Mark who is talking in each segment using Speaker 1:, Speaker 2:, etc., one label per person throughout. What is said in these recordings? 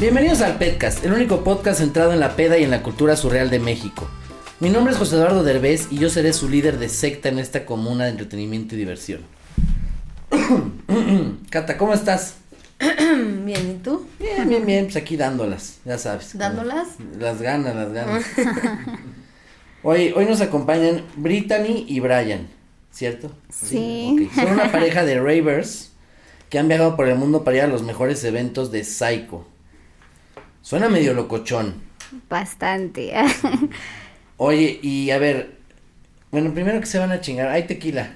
Speaker 1: Bienvenidos al Petcast, el único podcast centrado en la peda y en la cultura surreal de México. Mi nombre es José Eduardo Derbez y yo seré su líder de secta en esta comuna de entretenimiento y diversión. Cata, ¿cómo estás?
Speaker 2: Mm, Bien, ¿y tú?
Speaker 1: Bien, bien, bien, pues aquí dándolas, ya sabes. como-
Speaker 2: ¿Dándolas?
Speaker 1: Las ganas, las ganas. hoy, hoy nos acompañan Brittany y Brian, ¿cierto?
Speaker 2: Sí.
Speaker 1: Ok. Son una pareja de ravers que han viajado por el mundo para ir a los mejores eventos de Psycho. Suena medio locochón.
Speaker 2: Bastante.
Speaker 1: Oye, y a ver, bueno, primero que se van a chingar, hay tequila.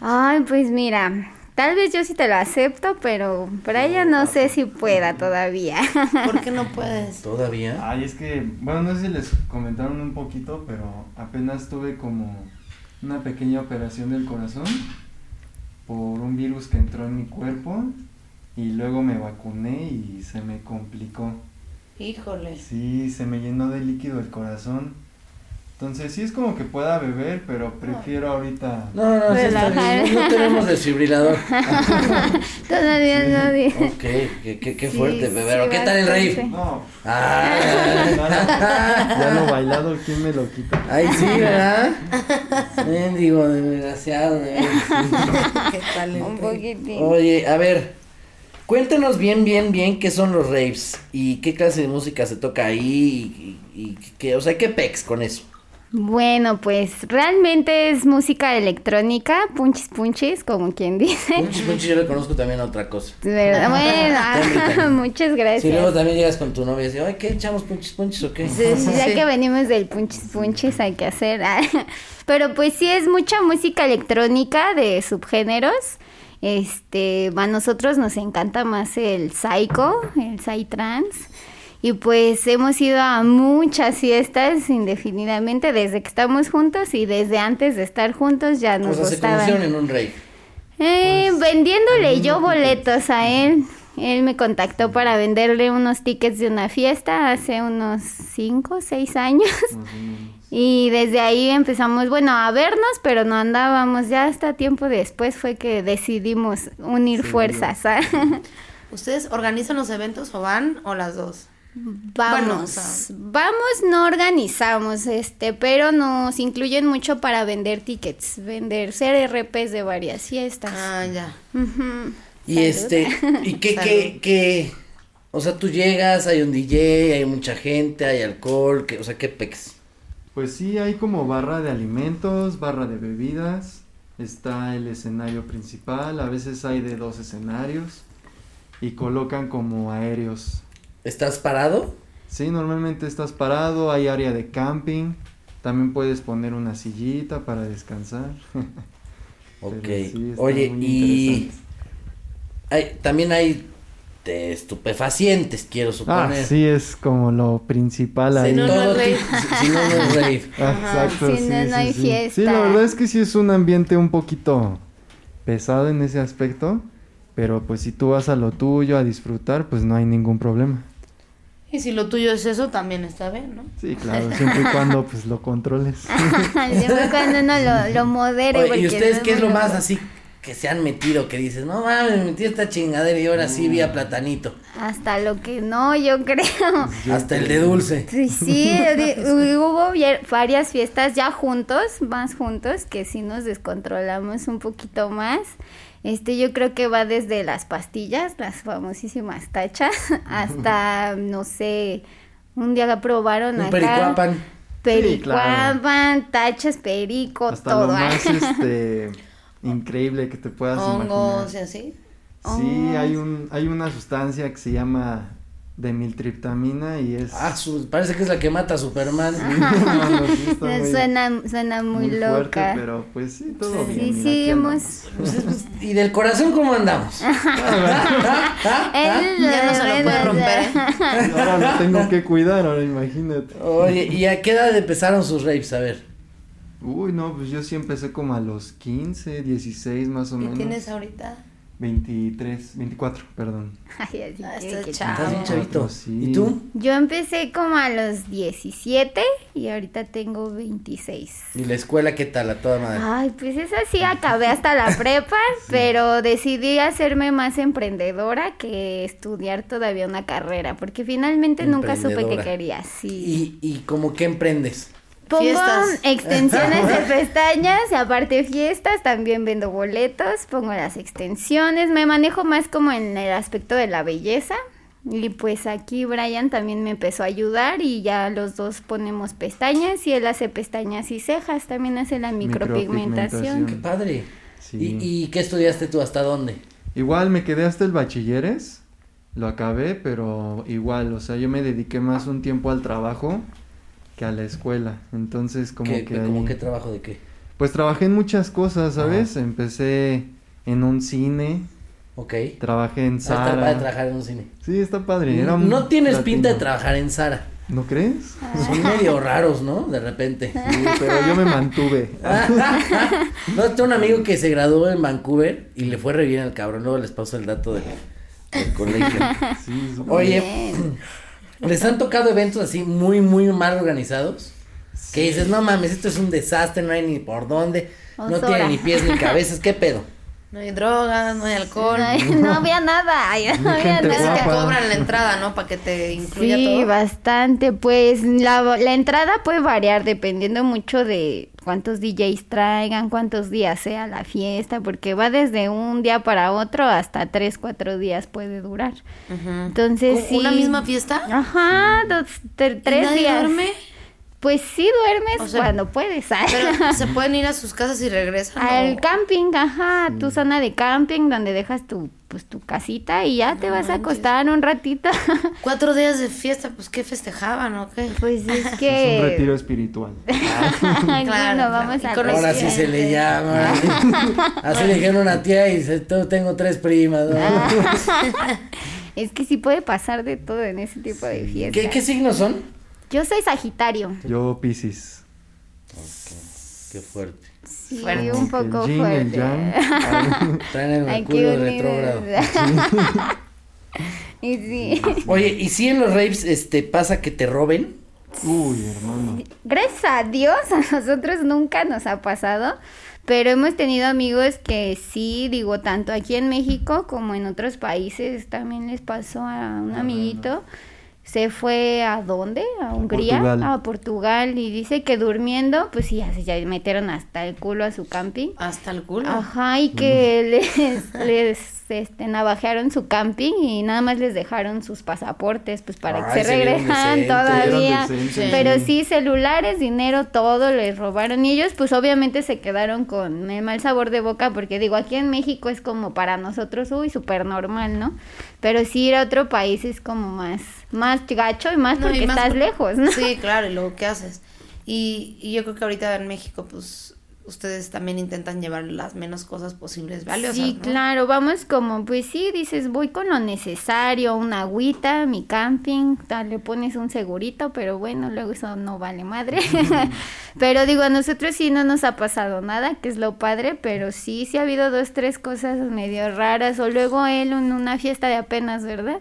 Speaker 2: Ay, pues mira, tal vez yo sí te lo acepto, pero para ella no sé si
Speaker 1: Mm.
Speaker 2: pueda todavía.
Speaker 3: ¿Por qué no puedes?
Speaker 1: ¿Todavía?
Speaker 4: Ay, es que, bueno, no sé si les comentaron un poquito, pero apenas tuve como una pequeña operación del corazón por un virus que entró en mi cuerpo y luego me vacuné y se me complicó.
Speaker 3: Híjole.
Speaker 4: Sí, se me llenó de líquido el corazón. Entonces sí es como que pueda beber, pero prefiero ahorita...
Speaker 1: No, no, no, sí está bien, no, no tenemos desfibrilador.
Speaker 2: Todavía no di-
Speaker 1: ok, qué, qué, qué
Speaker 2: Sí,
Speaker 1: fuerte,
Speaker 2: sí,
Speaker 1: pero ¿qué tal el rave?
Speaker 2: bastante.
Speaker 4: No,
Speaker 1: Ah,
Speaker 4: ya, lo- ya lo bailado, ¿quién me lo quita?
Speaker 1: ay, sí, ¿verdad? Mendigo, desgraciado. de veras.
Speaker 3: ¿Qué tal?
Speaker 2: Un poquitín.
Speaker 1: Oye, a ver, cuéntanos bien, bien, bien qué son los raves y qué clase de música se toca ahí y, y- y qué, o sea, qué pex con eso.
Speaker 2: Bueno, pues realmente es música electrónica, punchis punchis, como quien dice.
Speaker 1: Punchis, punchis, yo le conozco también a otra cosa.
Speaker 2: De verdad, Bueno, muchas
Speaker 1: Si Ah, luego
Speaker 2: gracias.
Speaker 1: también llegas con tu novia y dices, ay, ¿qué echamos punchis punchis o qué?
Speaker 2: Sí, sí, ya
Speaker 3: Sí.
Speaker 2: que venimos del punchis punchis hay que hacer. ah. Pero pues sí es mucha música electrónica de subgéneros. Este, a nosotros nos encanta más el psycho, el psytrance. Y pues hemos ido a muchas fiestas indefinidamente desde que estamos juntos y desde antes de estar juntos ya
Speaker 1: o
Speaker 2: nos
Speaker 1: sea, se
Speaker 2: gustaban.
Speaker 1: conocieron en un rave.
Speaker 2: Eh, vendiéndole yo boletos a él. Él me contactó para venderle unos tickets de una fiesta hace unos 5, 6 años. Y desde ahí empezamos, bueno, a vernos, pero no andábamos. Ya hasta tiempo después fue que decidimos unir fuerzas. ¿ah?
Speaker 3: ¿Ustedes organizan los eventos o van o las dos? Bueno, o
Speaker 2: Vamos,
Speaker 3: sea-
Speaker 2: vamos, no organizamos, este, pero nos incluyen mucho para vender tickets, vender CRPs de varias fiestas.
Speaker 3: Ah, ya.
Speaker 2: Ujú.
Speaker 1: Y
Speaker 2: Salud.
Speaker 1: este, ¿y qué,
Speaker 3: Salud.
Speaker 1: qué, qué? O sea, tú llegas, hay un DJ, hay mucha gente, hay alcohol, que, o sea, ¿qué pex?
Speaker 4: Pues sí, hay como barra de alimentos, barra de bebidas, está el escenario principal, a veces hay de dos escenarios y colocan como aéreos.
Speaker 1: ¿Estás parado?
Speaker 4: Sí, normalmente estás parado, hay área de camping, también puedes poner una sillita para descansar. Pero
Speaker 1: Ok.
Speaker 4: sí, está
Speaker 1: Oye,
Speaker 4: muy
Speaker 1: y
Speaker 4: interesante.
Speaker 1: hay, también hay eh, estupefacientes, quiero
Speaker 4: Ah,
Speaker 1: suponer.
Speaker 4: sí, es como lo principal
Speaker 1: Si
Speaker 4: ahí.
Speaker 1: no,
Speaker 3: no,
Speaker 1: no
Speaker 3: no
Speaker 1: es
Speaker 3: es
Speaker 1: rave. Si no, no es rave.
Speaker 4: Ah, Exacto,
Speaker 2: si
Speaker 4: sí,
Speaker 2: no, no
Speaker 4: sí,
Speaker 2: hay
Speaker 4: sí.
Speaker 2: fiesta.
Speaker 4: Sí, la verdad es que sí es un ambiente un poquito pesado en ese aspecto, pero pues si tú vas a lo tuyo a disfrutar, pues no hay ningún problema.
Speaker 3: Y si lo tuyo es eso, también está bien, ¿no?
Speaker 4: Sí, claro, siempre y cuando pues lo controles.
Speaker 2: Siempre cuando uno lo, lo modere.
Speaker 1: Oye,
Speaker 2: porque
Speaker 1: ¿Y ustedes
Speaker 2: no
Speaker 1: qué es lo
Speaker 2: uno-
Speaker 1: más así que se han metido que dices, no mames, me metí esta chingadera y ahora sí vi
Speaker 4: Mm.
Speaker 1: a platanito.
Speaker 2: Hasta lo que no, yo creo.
Speaker 1: Hasta el de dulce.
Speaker 2: Sí, sí, de- hubo vier- varias fiestas ya juntos, más juntos, que sí nos descontrolamos un poquito más. Este, yo creo que va desde las pastillas, las famosísimas tachas, hasta, no sé, un día probaron
Speaker 1: Un
Speaker 2: acá.
Speaker 1: pericuapan.
Speaker 2: Pericuapan, tachas, perico,
Speaker 4: Hasta
Speaker 2: todo. ¿eh?
Speaker 4: lo más este, increíble que te puedas imaginar.
Speaker 3: Hongos y así.
Speaker 4: Sí, hay, un, hay una sustancia que se llama demiltriptamina y es...
Speaker 1: Ah, su- parece que es la que mata a Superman.
Speaker 4: No, sí está muy-
Speaker 2: suena, suena muy,
Speaker 4: fuerte,
Speaker 2: loca.
Speaker 4: pero pues sí, todo
Speaker 2: Sí,
Speaker 4: bien. mira,
Speaker 2: sí,
Speaker 4: aquí
Speaker 2: hemos-
Speaker 4: andamos.
Speaker 1: Pues, pues, ¿Y del corazón cómo andamos? ¿Ah? ¿Ah? ¿Ah?
Speaker 2: Él
Speaker 3: Ya no se lo puede romper. ¿eh?
Speaker 4: Ahora lo tengo que cuidar, ahora imagínate.
Speaker 1: Oye, ¿y a qué edad empezaron sus rapes? A ver.
Speaker 4: Uy, no, pues yo sí empecé como a los 15, 16 más o
Speaker 3: ¿Qué
Speaker 4: menos.
Speaker 3: tienes ahorita?
Speaker 4: 23, 24, perdón.
Speaker 2: Ay, así
Speaker 3: Ah,
Speaker 2: quiere
Speaker 3: está
Speaker 2: que-
Speaker 3: chavo.
Speaker 1: Estás bien
Speaker 3: Ah,
Speaker 1: chavito.
Speaker 4: pues sí.
Speaker 1: ¿Y tú?
Speaker 2: Yo empecé como a los 17 y ahorita tengo 26.
Speaker 1: ¿Y la escuela qué tal? A toda madre.
Speaker 2: Ay, pues esa sí acabé hasta la prepa, pero decidí hacerme más emprendedora que estudiar todavía una carrera, porque finalmente nunca supe que
Speaker 1: Emprendedora.
Speaker 2: quería. Sí.
Speaker 1: ¿Y, y como que emprendes?
Speaker 2: Pongo
Speaker 3: Fiestas.
Speaker 2: extensiones de pestañas y aparte fiestas, también vendo boletos, pongo las extensiones, me manejo más como en el aspecto de la belleza. Y pues aquí Brian también me empezó a ayudar y ya los dos ponemos pestañas y él hace pestañas y cejas, también hace la micropigmentación.
Speaker 1: Qué padre.
Speaker 4: Mm. Sí.
Speaker 1: ¿Y, y qué estudiaste tú? ¿Hasta dónde?
Speaker 4: Igual me quedé hasta el bachilleres, lo acabé, pero igual, o sea, yo me dediqué más un tiempo al trabajo que a la escuela. Entonces, como
Speaker 1: ¿Qué,
Speaker 4: que...
Speaker 1: ¿Cómo
Speaker 4: ahí-
Speaker 1: qué trabajo de qué?
Speaker 4: Pues trabajé en muchas cosas, ¿sabes? Empecé en un cine,
Speaker 1: Ok.
Speaker 4: trabajé en
Speaker 1: Ah, está padre
Speaker 4: Sara.
Speaker 1: trabajar en un cine.
Speaker 4: Sí, está padre. era un
Speaker 1: No tienes
Speaker 4: latino.
Speaker 1: pinta de trabajar en Sara.
Speaker 4: ¿No crees?
Speaker 1: Son medio raros, ¿no? De repente.
Speaker 4: Sí, pero yo me mantuve.
Speaker 2: Ah.
Speaker 1: No, tengo un amigo que se graduó en Vancouver y le fue re bien al cabrón. Luego les paso el dato del, del colegio.
Speaker 4: Sí, es-
Speaker 1: Oye, ¿les han tocado eventos así muy, muy mal organizados? Que dices, no mames, esto es un desastre, no hay ni por dónde, no
Speaker 2: Osora.
Speaker 1: tiene ni pies ni cabezas, ¿qué pedo?
Speaker 3: No hay drogas, no hay alcohol.
Speaker 2: Ay, no había nada, ay, no había
Speaker 4: gente
Speaker 2: nada.
Speaker 3: Casi te
Speaker 4: Guapa.
Speaker 3: cobran la entrada, ¿no? Para que te incluya
Speaker 2: Sí,
Speaker 3: todo.
Speaker 2: bastante. Pues la, la entrada puede variar dependiendo mucho de cuántos DJs traigan, cuántos días sea la fiesta, porque va desde un día para otro hasta tres, cuatro días puede durar. Entonces, sí.
Speaker 3: ¿Una misma fiesta?
Speaker 2: Ajá, dos, tre-
Speaker 3: ¿Y
Speaker 2: tres
Speaker 3: nadie
Speaker 2: días.
Speaker 3: duerme?
Speaker 2: Pues sí duermes
Speaker 3: O sea,
Speaker 2: cuando puedes. ah.
Speaker 3: Pero se pueden ir a sus casas y regresan.
Speaker 2: Al
Speaker 3: o-
Speaker 2: camping, ajá, tu zona de camping donde dejas tu pues tu casita y ya te vas a acostar un ratito.
Speaker 3: Cuatro días de fiesta, pues ¿qué festejaban o qué?
Speaker 2: pues es que
Speaker 4: Es un retiro espiritual.
Speaker 2: Ay,
Speaker 3: Claro,
Speaker 2: bueno,
Speaker 3: claro.
Speaker 2: vamos
Speaker 3: Y
Speaker 2: a
Speaker 3: con los
Speaker 1: Ahora
Speaker 2: ver.
Speaker 1: sí se le llama. Así le dijeron a tía y dice, "Tú, tengo tres primas. ¿no?
Speaker 2: Es que sí puede pasar de todo en ese tipo de fiestas.
Speaker 1: ¿Qué, qué signos son?
Speaker 2: Yo soy Sagitario.
Speaker 4: Yo, Piscis.
Speaker 1: Qué fuerte.
Speaker 2: Sí,
Speaker 3: Fuerte.
Speaker 2: un
Speaker 4: Como que
Speaker 2: poco
Speaker 4: el yin, el
Speaker 2: fuerte.
Speaker 4: yang.
Speaker 1: Traen el
Speaker 2: Hay que
Speaker 1: mercurio
Speaker 2: unir-
Speaker 1: retrógrado.
Speaker 2: y sí.
Speaker 1: Oye, ¿y si en los raves este, pasa que te roben?
Speaker 4: Uy, hermano.
Speaker 2: Gracias a Dios, a nosotros nunca nos ha pasado, pero hemos tenido amigos que sí, digo, tanto aquí en México como en otros países también les pasó a un amiguito. Se fue a dónde? A Hungría,
Speaker 4: Portugal.
Speaker 2: a Portugal, y dice que durmiendo, pues sí, ya, se- ya metieron hasta el culo a su camping.
Speaker 3: Hasta el culo.
Speaker 2: Ajá, y que les, les este, navajearon su camping y nada más les dejaron sus pasaportes, pues para
Speaker 1: Ay,
Speaker 2: que se
Speaker 1: se vieron
Speaker 2: regresaran
Speaker 1: decentes,
Speaker 2: todavía.
Speaker 4: vieron decentes.
Speaker 2: Pero sí, celulares, dinero, todo les robaron. Y ellos, pues obviamente se quedaron con el mal sabor de boca, porque digo, aquí en México es como para nosotros, uy, súper normal, ¿no? Pero sí ir a otro país es como más, más gacho y más
Speaker 3: No, y
Speaker 2: porque
Speaker 3: más
Speaker 2: estás
Speaker 3: por-
Speaker 2: lejos, ¿no?
Speaker 3: Sí, claro, y luego ¿qué haces? Y, y yo creo que ahorita en México, pues, ustedes también intentan llevar las menos cosas posibles valiosas,
Speaker 2: Sí,
Speaker 3: ¿no?
Speaker 2: claro, vamos como, pues sí, dices, voy con lo necesario, una agüita, mi camping, tal, le pones un segurito, pero bueno, luego eso no vale madre. pero digo, a nosotros sí no nos ha pasado nada, que es lo padre, pero sí, sí ha habido dos, tres cosas medio raras, o luego él en una fiesta de apenas, ¿verdad?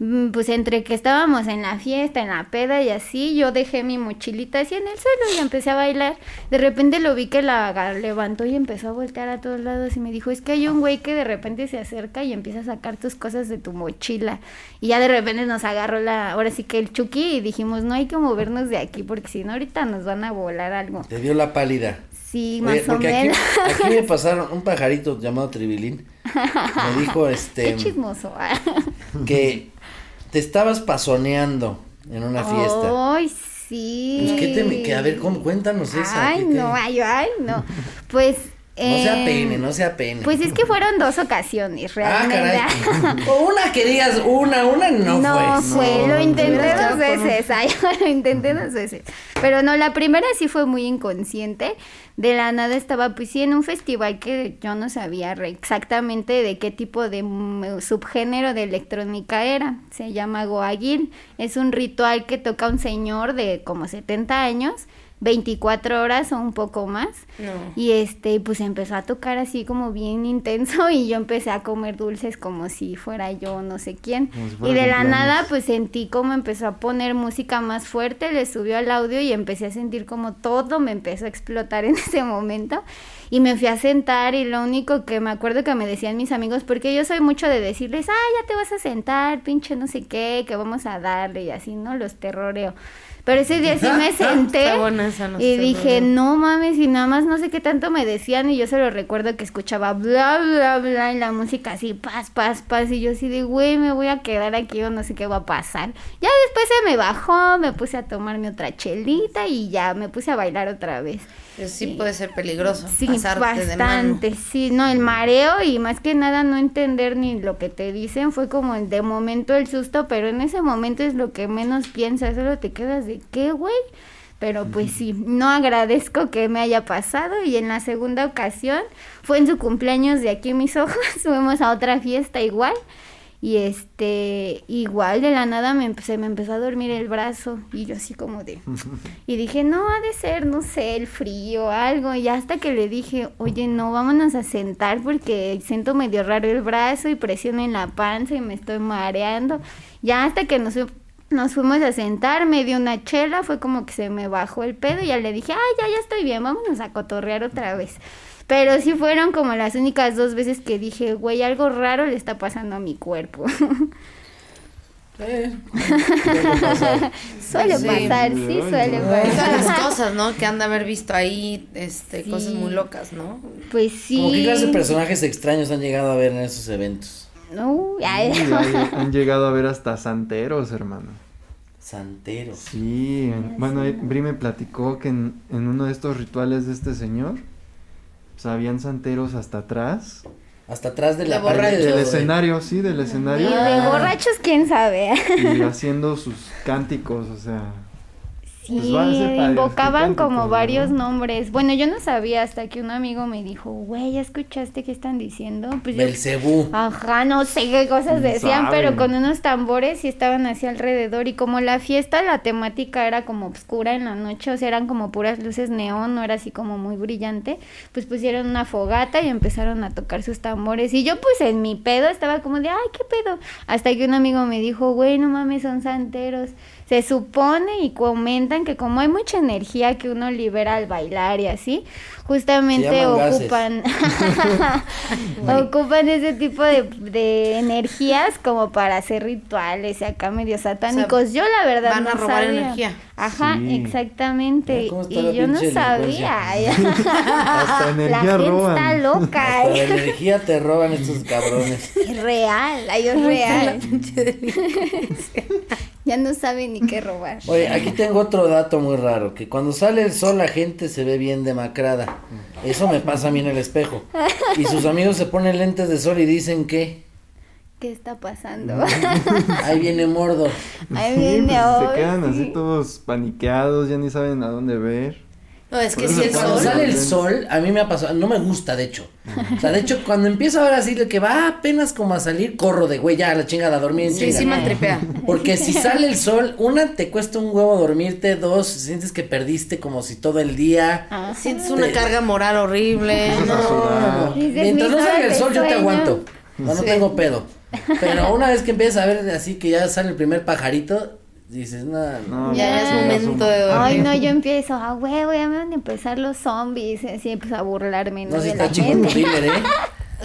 Speaker 2: Mm, Pues entre que estábamos en la fiesta, en la peda y así, yo dejé mi mochilita así en el suelo y empecé a bailar. De repente lo vi que la aga- levantó y empezó a voltear a todos lados y me dijo, es que hay un güey que de repente se acerca y empieza a sacar tus cosas de tu mochila. Y ya de repente nos agarró la, ahora sí que el chuki y dijimos, no hay que movernos de aquí porque si no ahorita nos van a volar algo.
Speaker 1: Te dio la pálida.
Speaker 2: Sí,
Speaker 1: Oye,
Speaker 2: más o
Speaker 1: porque aquí,
Speaker 2: menos.
Speaker 1: aquí me pasaron un pajarito llamado Tribilín. Me dijo este
Speaker 2: Qué chismoso.
Speaker 1: que te estabas pasoneando en una fiesta.
Speaker 2: Ay, sí.
Speaker 1: Pues, ¿qué te- que, a ver, ¿cómo? Cuéntanos esa,
Speaker 2: Ay,
Speaker 1: ¿qué te-
Speaker 2: no, ay, ay, no. Pues.
Speaker 1: No sea
Speaker 2: eh,
Speaker 1: pene, no sea pene.
Speaker 2: Pues es que fueron dos ocasiones,
Speaker 1: ah,
Speaker 2: realmente.
Speaker 1: caray. una querías, una, una no,
Speaker 2: No
Speaker 1: fue.
Speaker 2: fue, lo intenté
Speaker 3: hubieras quedado
Speaker 2: dos veces, ay, lo intenté dos veces. Pero no, la primera sí fue muy inconsciente. De la nada estaba, pues sí, en un festival que yo no sabía re- exactamente de qué tipo de mm, subgénero de electrónica era. Se llama Goagil. Es un ritual que toca un señor de como 70 años, 24 horas o un poco más.
Speaker 3: No.
Speaker 2: Y este, pues empezó a tocar así como bien intenso y yo empecé a comer dulces como si fuera yo no sé quién.
Speaker 4: Como si
Speaker 2: Y
Speaker 4: fuera
Speaker 2: de la
Speaker 4: cumpleaños.
Speaker 2: nada pues sentí como empezó a poner música más fuerte, le subió al audio y empecé a sentir como todo me empezó a explotar en ese momento. Y me fui a sentar y lo único que me acuerdo que me decían mis amigos, porque yo soy mucho de decirles, ah, ya te vas a sentar, pinche no sé qué, que vamos a darle y así, ¿no? Los terroreo. Pero ese día sí me senté
Speaker 3: Está buena esa, no
Speaker 2: y
Speaker 3: sé,
Speaker 2: dije,
Speaker 3: no.
Speaker 2: no mames, y nada más no sé qué tanto me decían y yo solo recuerdo que escuchaba bla, bla, bla y la música así, paz, paz, paz, y yo así de, güey, me voy a quedar aquí o no sé qué va a pasar. Ya después se me bajó, me puse a tomarme otra chelita y ya me puse a bailar otra vez.
Speaker 3: Pero sí puede ser peligroso.
Speaker 2: Sí,
Speaker 3: pasarte de mano.
Speaker 2: bastante, sí, no, el mareo y más que nada no entender ni lo que te dicen, fue como el de momento el susto, pero en ese momento es lo que menos piensas, solo te quedas de qué, güey. Pero pues sí, no agradezco que me haya pasado y en la segunda ocasión fue en su cumpleaños de aquí mis ojos, fuimos a otra fiesta igual y este, igual de la nada me, empe- se me empezó a dormir el brazo y yo así como de... Y dije, no, ha de ser, no sé, el frío, algo. Y hasta que le dije, oye, no, vámonos a sentar porque siento medio raro el brazo y presión en la panza y me estoy mareando. Ya hasta que nos, fu- nos fuimos a sentar, me dio una chela, fue como que se me bajó el pedo y ya le dije, ay, ya, ya estoy bien, vámonos a cotorrear otra vez. Pero sí fueron como las únicas dos veces que dije, güey, algo raro le está pasando a mi cuerpo.
Speaker 1: Eh, suele pasar.
Speaker 2: suele
Speaker 3: Sí.
Speaker 2: pasar, sí,
Speaker 4: Ay,
Speaker 2: suele
Speaker 4: no.
Speaker 3: Y
Speaker 2: pasar.
Speaker 3: todas las cosas, ¿no? Que han de haber visto ahí, este,
Speaker 2: Sí.
Speaker 3: cosas muy locas, ¿no?
Speaker 2: Pues sí.
Speaker 1: Como qué clase de personajes extraños han llegado a ver en esos eventos.
Speaker 2: No, ay.
Speaker 4: Y hay- han llegado a ver hasta santeros, hermano.
Speaker 1: Santeros.
Speaker 4: Sí, en- bueno, eh, Bri me platicó que en, en uno de estos rituales de este señor, pues habían santeros hasta atrás.
Speaker 1: Hasta atrás de
Speaker 3: De
Speaker 1: la pared
Speaker 3: borracho,
Speaker 4: Del
Speaker 1: de-
Speaker 4: escenario, sí, del
Speaker 2: Y
Speaker 4: escenario.
Speaker 2: de borrachos, quién sabe.
Speaker 4: Y haciendo sus cánticos, o sea. Pues
Speaker 2: Sí,
Speaker 4: va a ser padre,
Speaker 2: invocaban
Speaker 4: este cántico,
Speaker 2: como
Speaker 4: ¿no?
Speaker 2: varios nombres. Bueno, yo no sabía hasta que un amigo me dijo, güey, ¿ya escuchaste qué están diciendo? Pues yo-
Speaker 1: Belcebú.
Speaker 2: Ajá, no sé qué cosas decían,
Speaker 4: Saben.
Speaker 2: pero con unos tambores y estaban así alrededor. Y como la fiesta, la temática era como oscura en la noche, o sea, eran como puras luces neón, no era así como muy brillante. Pues pusieron una fogata y empezaron a tocar sus tambores. Y yo, pues en mi pedo, estaba como de, ay, qué pedo. Hasta que un amigo me dijo, güey, no mames, son santeros. Se supone y comentan que como hay mucha energía que uno libera al bailar y así, justamente
Speaker 1: llaman gases.
Speaker 2: ocupan. Ocupan ese tipo de, de energías como para hacer rituales y acá medio satánicos. yo la verdad
Speaker 3: van
Speaker 2: no
Speaker 3: a robar
Speaker 2: sabía.
Speaker 3: energía.
Speaker 2: Ajá,
Speaker 4: Sí.
Speaker 2: exactamente.
Speaker 1: Mira cómo está la
Speaker 2: Y yo no
Speaker 1: pinche
Speaker 2: sabía.
Speaker 4: Hasta
Speaker 2: la
Speaker 4: energía
Speaker 2: gente
Speaker 4: roban.
Speaker 2: está loca.
Speaker 1: Hasta la energía te roban estos cabrones.
Speaker 2: Es real, ay, es real. ya no saben ni qué robar.
Speaker 1: Oye, aquí tengo otro dato muy raro, que cuando sale el sol la gente se ve bien demacrada. Eso me pasa a mí en el espejo. Y sus amigos se ponen lentes de sol y dicen que
Speaker 2: ¿Qué está pasando?
Speaker 1: ahí viene Mordor.
Speaker 2: Ahí
Speaker 4: Sí,
Speaker 2: viene
Speaker 4: pues,
Speaker 2: hoy.
Speaker 4: se quedan
Speaker 2: sí.
Speaker 4: así todos paniqueados, ya ni saben a dónde ver.
Speaker 3: No, es que
Speaker 4: Por
Speaker 3: si
Speaker 4: eso
Speaker 3: el
Speaker 4: cuando
Speaker 3: sol.
Speaker 1: Cuando sale el sol, a mí me ha pasado, no me gusta de hecho. O sea, de hecho, cuando empiezo a ver así lo que va apenas como a salir, corro de güey, ya a la chingada, a dormir en
Speaker 3: Sí,
Speaker 1: chinga.
Speaker 3: sí, maltripea.
Speaker 1: Porque si sale el sol, una, te cuesta un huevo dormirte, dos, sientes que perdiste como si todo el día.
Speaker 2: Ajá.
Speaker 3: Sientes una carga moral horrible.
Speaker 4: Empiezas a sudar.
Speaker 2: Dices,
Speaker 1: Ah, Mientras no
Speaker 2: "Mis
Speaker 1: salga
Speaker 2: horas
Speaker 1: el
Speaker 2: de
Speaker 1: sol, yo te
Speaker 2: sueño".
Speaker 1: aguanto. No, no
Speaker 3: Sí.
Speaker 1: tengo pedo. Pero una vez que empiezas a ver así que ya sale el primer pajarito, dices, nada.
Speaker 4: No,
Speaker 3: Ya
Speaker 4: sí,
Speaker 2: Ah.
Speaker 3: es momento de dormir.
Speaker 2: Ay, no, yo empiezo, a huevo, ya me van a empezar los zombies, y así empiezo a burlarme ¿no?
Speaker 1: No, si
Speaker 2: de la
Speaker 1: está chingón tu
Speaker 2: gente.
Speaker 1: dealer, ¿eh?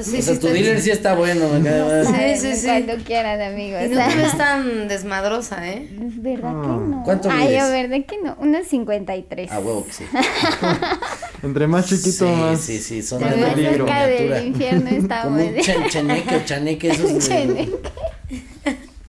Speaker 3: Sí,
Speaker 1: o sea,
Speaker 3: sí,
Speaker 1: tu
Speaker 3: está-
Speaker 1: dealer sí está bueno. Me cae mal.
Speaker 3: Sí,
Speaker 2: Ay,
Speaker 3: sí, sí.
Speaker 2: Cuando quieran, amigos.
Speaker 3: Y no te ves tan desmadrosa, ¿eh?
Speaker 2: Es verdad que no.
Speaker 1: ¿Cuánto
Speaker 2: Ay,
Speaker 1: mides?
Speaker 2: a verdad que no. Unos 53.
Speaker 1: A huevo que sí.
Speaker 4: Entre más chiquito,
Speaker 1: sí,
Speaker 4: más.
Speaker 1: Sí, sí, son
Speaker 2: Te
Speaker 4: Más
Speaker 1: de
Speaker 2: ves
Speaker 4: peligro.
Speaker 2: cerca
Speaker 1: miniatura.
Speaker 2: del infierno
Speaker 1: Como
Speaker 2: estamos.
Speaker 1: un chen- cheneque o chaneque, esos de-
Speaker 2: Cheneque.